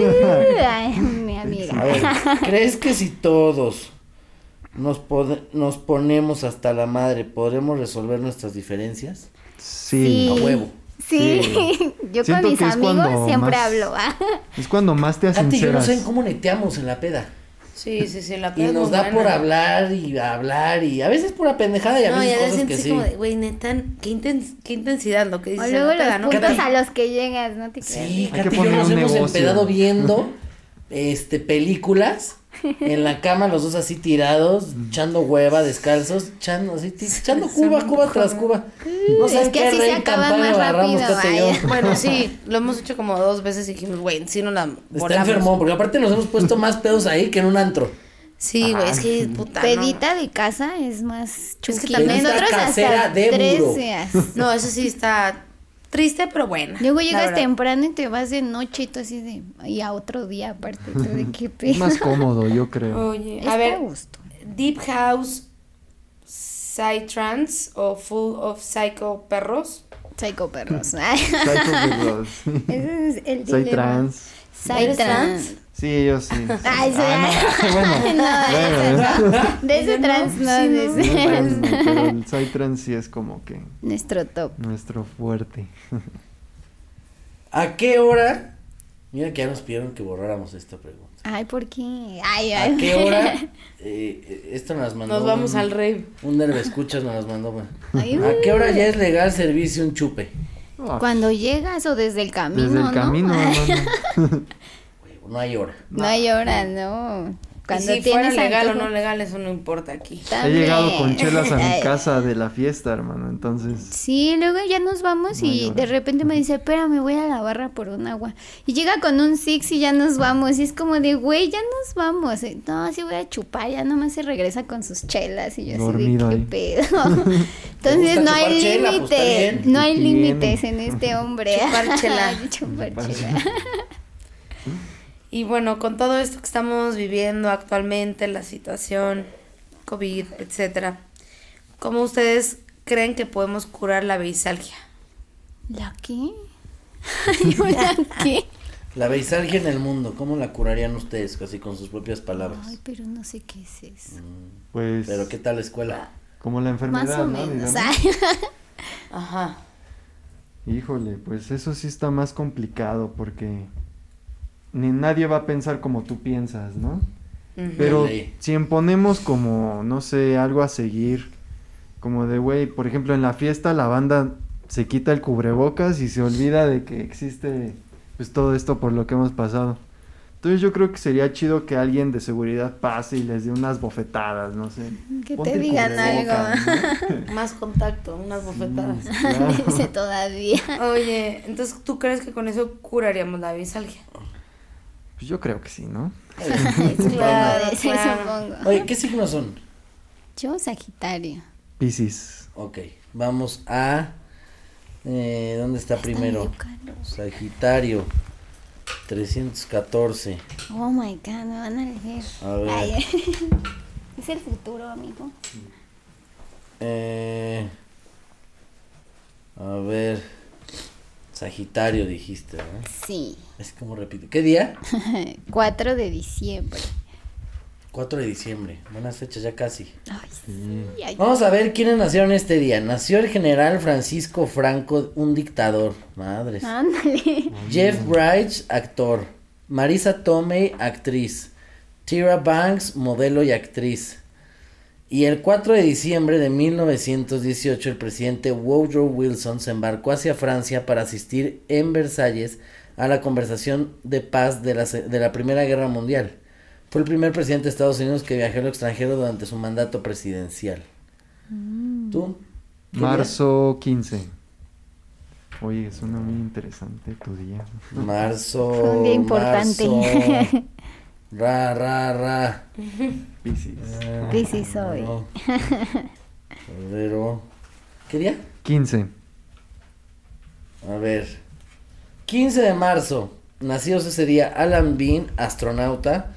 Speaker 2: Ay, mi
Speaker 1: A
Speaker 2: amiga.
Speaker 1: ver, ¿crees que si todos nos, pod- nos ponemos hasta la madre, podremos resolver nuestras diferencias?
Speaker 4: Sí.
Speaker 1: A huevo.
Speaker 2: Sí,
Speaker 4: Sí.
Speaker 2: yo
Speaker 4: Siento
Speaker 2: con mis
Speaker 4: que es cuando
Speaker 2: amigos siempre
Speaker 4: más-
Speaker 2: hablo. ah.
Speaker 4: Es cuando más te
Speaker 1: Katy y yo no
Speaker 4: asinceras.
Speaker 1: saben cómo neteamos en la peda.
Speaker 3: Sí, sí, sí, la
Speaker 1: Y
Speaker 3: peda es
Speaker 1: nos
Speaker 3: muy
Speaker 1: da
Speaker 3: buena.
Speaker 1: por hablar y hablar y a veces pura pendejada y a
Speaker 3: No, y
Speaker 1: veces
Speaker 3: a
Speaker 1: cosas
Speaker 3: veces
Speaker 1: que
Speaker 3: sí
Speaker 1: sí.
Speaker 3: como de, güey, neta, qué, intens- qué intensidad lo que
Speaker 2: O
Speaker 3: dices. en la
Speaker 2: luego los
Speaker 3: peda, ¿no?
Speaker 2: puntos
Speaker 1: Katy.
Speaker 2: a los que llegas, no te creas.
Speaker 1: Sí,
Speaker 4: Hay que
Speaker 1: Katy y yo
Speaker 4: poner
Speaker 1: nos
Speaker 4: un
Speaker 1: hemos
Speaker 4: negocio.
Speaker 1: empedado viendo este películas en la cama, los dos así tirados,
Speaker 4: Mm.
Speaker 1: echando hueva, descalzos, echando así, ti- echando cuba, cuba tras cuba. No
Speaker 2: Es
Speaker 1: saben
Speaker 2: que
Speaker 1: qué
Speaker 2: así se
Speaker 1: rey
Speaker 2: acaban
Speaker 1: campana
Speaker 2: más
Speaker 1: agarramos,
Speaker 2: rápido,
Speaker 1: Katy y yo.
Speaker 2: vaya.
Speaker 3: Bueno, sí, lo hemos hecho como dos veces y dijimos, güey, si no la
Speaker 1: Está enfermo, porque aparte nos hemos puesto más pedos ahí que en un antro.
Speaker 3: Sí, güey, es que puta. no.
Speaker 2: Pedita de casa es más
Speaker 3: Es que
Speaker 2: chuki.
Speaker 3: también
Speaker 2: Nosotros
Speaker 1: está casera
Speaker 2: hasta
Speaker 1: de
Speaker 2: tres
Speaker 1: muro.
Speaker 2: días.
Speaker 3: No, eso sí está triste, pero bueno.
Speaker 2: Luego este llegas
Speaker 3: verdad.
Speaker 2: temprano y te vas de noche y tú así de... Y a otro día aparte, tú de qué
Speaker 4: Es
Speaker 2: pedo.
Speaker 4: más cómodo, yo creo.
Speaker 3: Oye,
Speaker 2: Está
Speaker 3: a ver,
Speaker 2: gusto.
Speaker 3: Deep House, Psytrance o Full of Psycho Perros.
Speaker 2: Psycho perros.
Speaker 4: Psycho
Speaker 2: Oh.
Speaker 4: Girls.
Speaker 2: Ese es el
Speaker 4: Soy
Speaker 2: dilema.
Speaker 4: trans.
Speaker 2: Soy
Speaker 3: ¿Eres
Speaker 2: trans.
Speaker 4: Sí, yo sí.
Speaker 2: Ay, soy-
Speaker 4: Ah, bueno,
Speaker 2: No, de ese trans no, de
Speaker 4: no
Speaker 2: ese-
Speaker 4: trans, no, pero el soy trans sí es como que
Speaker 2: Nuestro top.
Speaker 4: nuestro fuerte.
Speaker 1: ¿A qué hora? Mira que ya nos pidieron que borráramos esta pregunta.
Speaker 2: Ay, ¿por qué? Ay, ay.
Speaker 1: ¿A qué hora? eh, eh, esto nos mandó.
Speaker 3: Nos vamos
Speaker 1: un-
Speaker 3: al rave.
Speaker 1: Un nerve escuchas nos mandó. güey.
Speaker 2: Ay,
Speaker 1: ¿A qué hora ya es legal servirse un chupe?
Speaker 4: Ah,
Speaker 2: Cuando llegas o desde el camino,
Speaker 4: Desde
Speaker 2: ¿no?
Speaker 4: el camino, hermano.
Speaker 1: No hay hora.
Speaker 2: No hay hora, no. Cuando
Speaker 3: y si fuera
Speaker 2: tienes
Speaker 3: legal o
Speaker 2: antojo,
Speaker 3: no legal, eso no importa aquí.
Speaker 4: He llegado con
Speaker 2: también.
Speaker 4: chelas a mi
Speaker 2: Ay.
Speaker 4: casa de la fiesta, hermano. Entonces,
Speaker 2: Sí, luego ya nos vamos
Speaker 4: No hay
Speaker 2: y
Speaker 4: hora.
Speaker 2: de repente me dice, espérame, voy a la barra por un agua. Y llega con un six y ya nos vamos. Y es como de, güey, ya nos vamos. Eh, No, sí voy a chupar, ya nomás se regresa con sus chelas. Y yo
Speaker 4: Dormido
Speaker 2: así
Speaker 4: ahí.
Speaker 2: de, ¿qué pedo? Entonces no
Speaker 1: chupar
Speaker 2: hay
Speaker 1: chela? Pues, está
Speaker 2: límite,
Speaker 1: bien.
Speaker 2: no hay
Speaker 4: Bien.
Speaker 2: límites en este hombre.
Speaker 3: Chupar chela.
Speaker 2: Ay, chupar
Speaker 4: Chupar
Speaker 2: chela.
Speaker 3: Y bueno, con todo esto que estamos viviendo actualmente, la situación, COVID, etcétera, ¿cómo ustedes creen que podemos curar la beisalgia?
Speaker 2: ¿La qué? ¿Yo la qué?
Speaker 1: La beisalgia en el mundo, ¿cómo la curarían ustedes? Así con sus propias palabras.
Speaker 2: Ay, pero no sé qué es eso.
Speaker 4: pues,
Speaker 1: Pero ¿qué tal la escuela?
Speaker 4: como la enfermedad,
Speaker 2: Más o
Speaker 4: ¿no?
Speaker 2: menos. Ah,
Speaker 4: Digamos.
Speaker 2: Ay,
Speaker 3: Ajá.
Speaker 4: Híjole, pues eso sí está más complicado porque ni nadie va a pensar como tú piensas, ¿no? Pero
Speaker 1: Ándale.
Speaker 4: si imponemos como, no sé, algo a seguir, como de, güey, por ejemplo, en la fiesta la banda se quita el cubrebocas y se olvida de que existe pues todo esto por lo que hemos pasado. Entonces yo creo que sería chido que alguien de seguridad pase y les dé unas bofetadas, no sé.
Speaker 2: Que
Speaker 4: Ponte
Speaker 2: te
Speaker 4: el
Speaker 2: digan
Speaker 4: cubrebocas,
Speaker 2: algo.
Speaker 3: Más contacto, unas bofetadas.
Speaker 4: ¿no?
Speaker 2: Dice todavía.
Speaker 3: Oye, entonces, ¿tú crees que con eso curaríamos la bisalgia?
Speaker 4: Pues yo creo que sí, ¿no?
Speaker 3: Claro,
Speaker 2: Puede ser,
Speaker 3: claro.
Speaker 2: supongo.
Speaker 1: Oye, ¿qué signos son?
Speaker 2: Yo, Sagitario.
Speaker 4: Piscis.
Speaker 1: Ok, vamos a... eh, ¿Dónde está primero?
Speaker 2: medio caro.
Speaker 1: Sagitario. 314.
Speaker 2: Oh my god, me van a leer.
Speaker 1: A ver.
Speaker 2: Ay, es el futuro, amigo.
Speaker 1: Eh, a ver. Sagitario dijiste, ¿verdad?
Speaker 2: Sí.
Speaker 1: Es como repito. ¿Qué día?
Speaker 2: 4 de diciembre.
Speaker 1: 4 de diciembre. Buenas fechas, ya casi.
Speaker 2: Ay, sí. ay,
Speaker 1: Vamos a ver quiénes nacieron este día. Nació el general Francisco Franco, un dictador.
Speaker 2: Ah,
Speaker 1: Madres.
Speaker 2: Ándale.
Speaker 1: Jeff Bridges, actor. Marisa Tomei, actriz. Tira Banks, modelo y actriz. Y el 4 de diciembre de 1918, el presidente Woodrow Wilson se embarcó hacia Francia para asistir en Versalles a la conversación de paz de la, se- de la Primera Guerra Mundial. Fue el primer presidente de Estados Unidos que viajó al extranjero durante su mandato presidencial. ¿Tú? ¿Qué día?
Speaker 4: Marzo 15. Oye, suena muy interesante tu día.
Speaker 1: Marzo.
Speaker 2: Un día importante.
Speaker 1: marzo. Ra, ra, ra.
Speaker 4: Piscis.
Speaker 2: Piscis soy.
Speaker 1: No. Febrero. ¿Qué día?
Speaker 4: 15.
Speaker 1: A ver. 15 de marzo. Nacidos ese día Alan Bean, astronauta.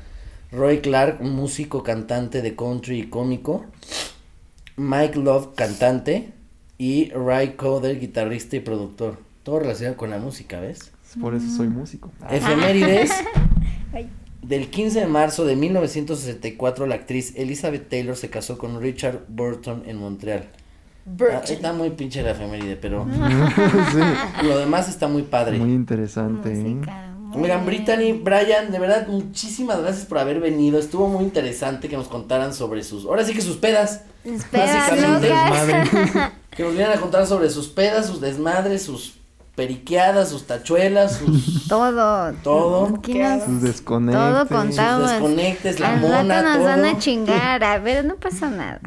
Speaker 1: Roy Clark, músico, cantante de country y cómico. Mike Love, cantante. Y Ray Coder, guitarrista y productor. Todo relacionado con la música, ¿ves?
Speaker 4: Por eso soy músico.
Speaker 1: Efemérides.
Speaker 2: Ah. Ay.
Speaker 1: Del 15 de marzo de 1964, la actriz Elizabeth Taylor se casó con Richard Burton en Montreal. Ah, Está muy pinche la efeméride, pero
Speaker 2: Ah.
Speaker 1: lo demás está muy padre.
Speaker 4: Muy interesante. ¿eh?
Speaker 2: Música, muy
Speaker 1: Oigan,
Speaker 2: bien.
Speaker 1: Brittany, Brian, de verdad, muchísimas gracias por haber venido. Estuvo muy interesante que nos contaran sobre sus. Ahora sí que sus pedas.
Speaker 2: Mis pedas
Speaker 1: Básicamente,
Speaker 2: locas.
Speaker 1: Que nos vinieran a contar sobre sus pedas, sus desmadres, sus periqueadas, sus tachuelas, sus
Speaker 2: Todo.
Speaker 1: Todo.
Speaker 2: Aquí
Speaker 3: Qué
Speaker 2: nos-
Speaker 4: Sus desconectes.
Speaker 2: Todo contamos.
Speaker 1: desconectes, la
Speaker 2: Al rato
Speaker 1: mona,
Speaker 2: nos
Speaker 1: todo.
Speaker 2: van a chingar, a ver, no pasa nada.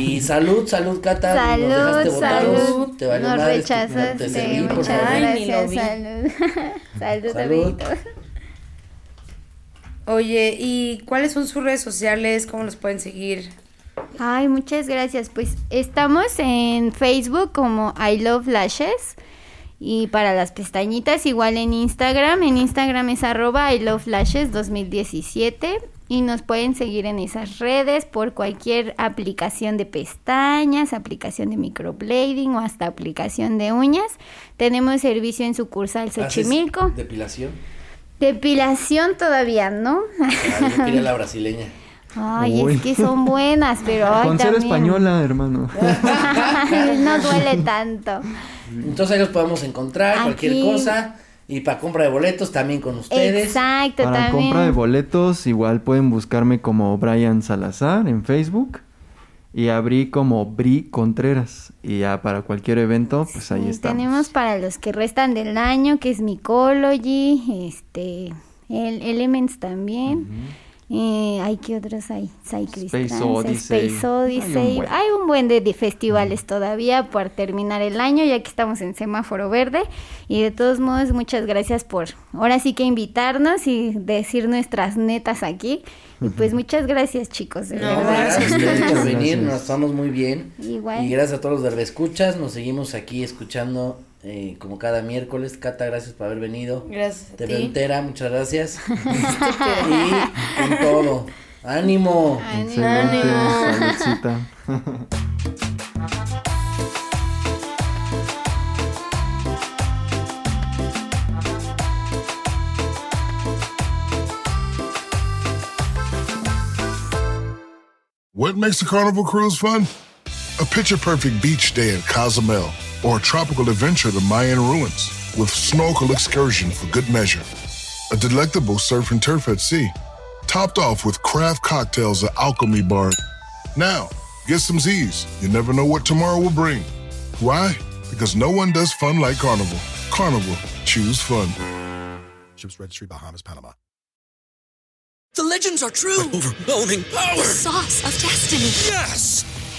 Speaker 1: Y salud, salud, Cata. nos dejaste
Speaker 2: salud,
Speaker 1: botados,
Speaker 2: salud.
Speaker 1: Te valió
Speaker 2: Nos
Speaker 1: madres, te- Te serví,
Speaker 2: rechazaste,
Speaker 1: por
Speaker 2: muchas
Speaker 1: favor.
Speaker 3: Ay, ni lo
Speaker 2: gracias,
Speaker 3: vi.
Speaker 2: salud. salud,
Speaker 1: Salud.
Speaker 2: amiguitos.
Speaker 3: Oye, ¿y cuáles son sus redes sociales? ¿Cómo los pueden seguir?
Speaker 2: Ay, muchas gracias. Pues estamos en Facebook como I Love Lashes. Y para las pestañitas, igual en Instagram. En Instagram es arroba I Love Lashes 2017. Y nos pueden seguir en esas redes por cualquier aplicación de pestañas, aplicación de microblading o hasta aplicación de uñas. Tenemos servicio en sucursal Xochimilco.
Speaker 1: ¿Haces Depilación.
Speaker 2: Depilación todavía, ¿no?
Speaker 1: Ah, yo quería la brasileña.
Speaker 2: Ay,
Speaker 4: Uy.
Speaker 2: es que son buenas, pero ay,
Speaker 4: Con ser
Speaker 2: también. Este
Speaker 4: española, hermano.
Speaker 2: no duele tanto.
Speaker 1: Entonces ahí los podemos encontrar, cualquier
Speaker 2: Aquí.
Speaker 1: cosa. Y para compra de boletos también con ustedes.
Speaker 2: Exacto,
Speaker 4: Para
Speaker 2: también.
Speaker 4: compra de boletos, igual pueden buscarme como Brian Salazar en Facebook. Y abrí como Bri Contreras. Y ya para cualquier evento, pues ahí
Speaker 2: Y
Speaker 4: estamos.
Speaker 2: eh, Tenemos para los que restan del año, que es Micology, este, el Elements también. Eh, hay que otros hay, Cyclist
Speaker 4: Space
Speaker 2: Trans,
Speaker 4: Odyssey.
Speaker 2: Space
Speaker 4: Hay un
Speaker 2: Odyssey.
Speaker 4: buen.
Speaker 2: Hay un buen de, de festivales todavía por terminar el año, ya que estamos en semáforo verde. Y de todos modos, muchas gracias por ahora sí que invitarnos y decir nuestras netas aquí. Y pues muchas gracias, chicos, de
Speaker 3: No,
Speaker 1: No,
Speaker 2: verdad.
Speaker 1: gracias a ustedes por
Speaker 4: Muchas
Speaker 1: venir,
Speaker 4: gracias.
Speaker 1: nos estamos muy bien.
Speaker 2: Igual.
Speaker 1: Y gracias a todos los de escuchas, nos seguimos aquí escuchando eh, como cada miércoles. Cata, gracias por haber venido.
Speaker 3: Gracias a
Speaker 1: Te
Speaker 3: ti. Este,
Speaker 1: veo entera, muchas gracias. y con todo. ¡Ánimo!
Speaker 4: Excelente, saludcita.
Speaker 6: What makes a carnival cruise fun? A picture perfect beach day at Cozumel or a tropical adventure to Mayan ruins with snorkel excursion for good measure. A delectable surf and turf at sea, topped off with craft cocktails at Alchemy Bar. Now, get some Z's. You never know what tomorrow will bring. Why? Because no one does fun like Carnival. Carnival, choose fun.
Speaker 7: Ships Registry Bahamas, Panama.
Speaker 8: The legends are true.
Speaker 7: Overwhelming power!
Speaker 8: Sauce of destiny.
Speaker 7: Yes!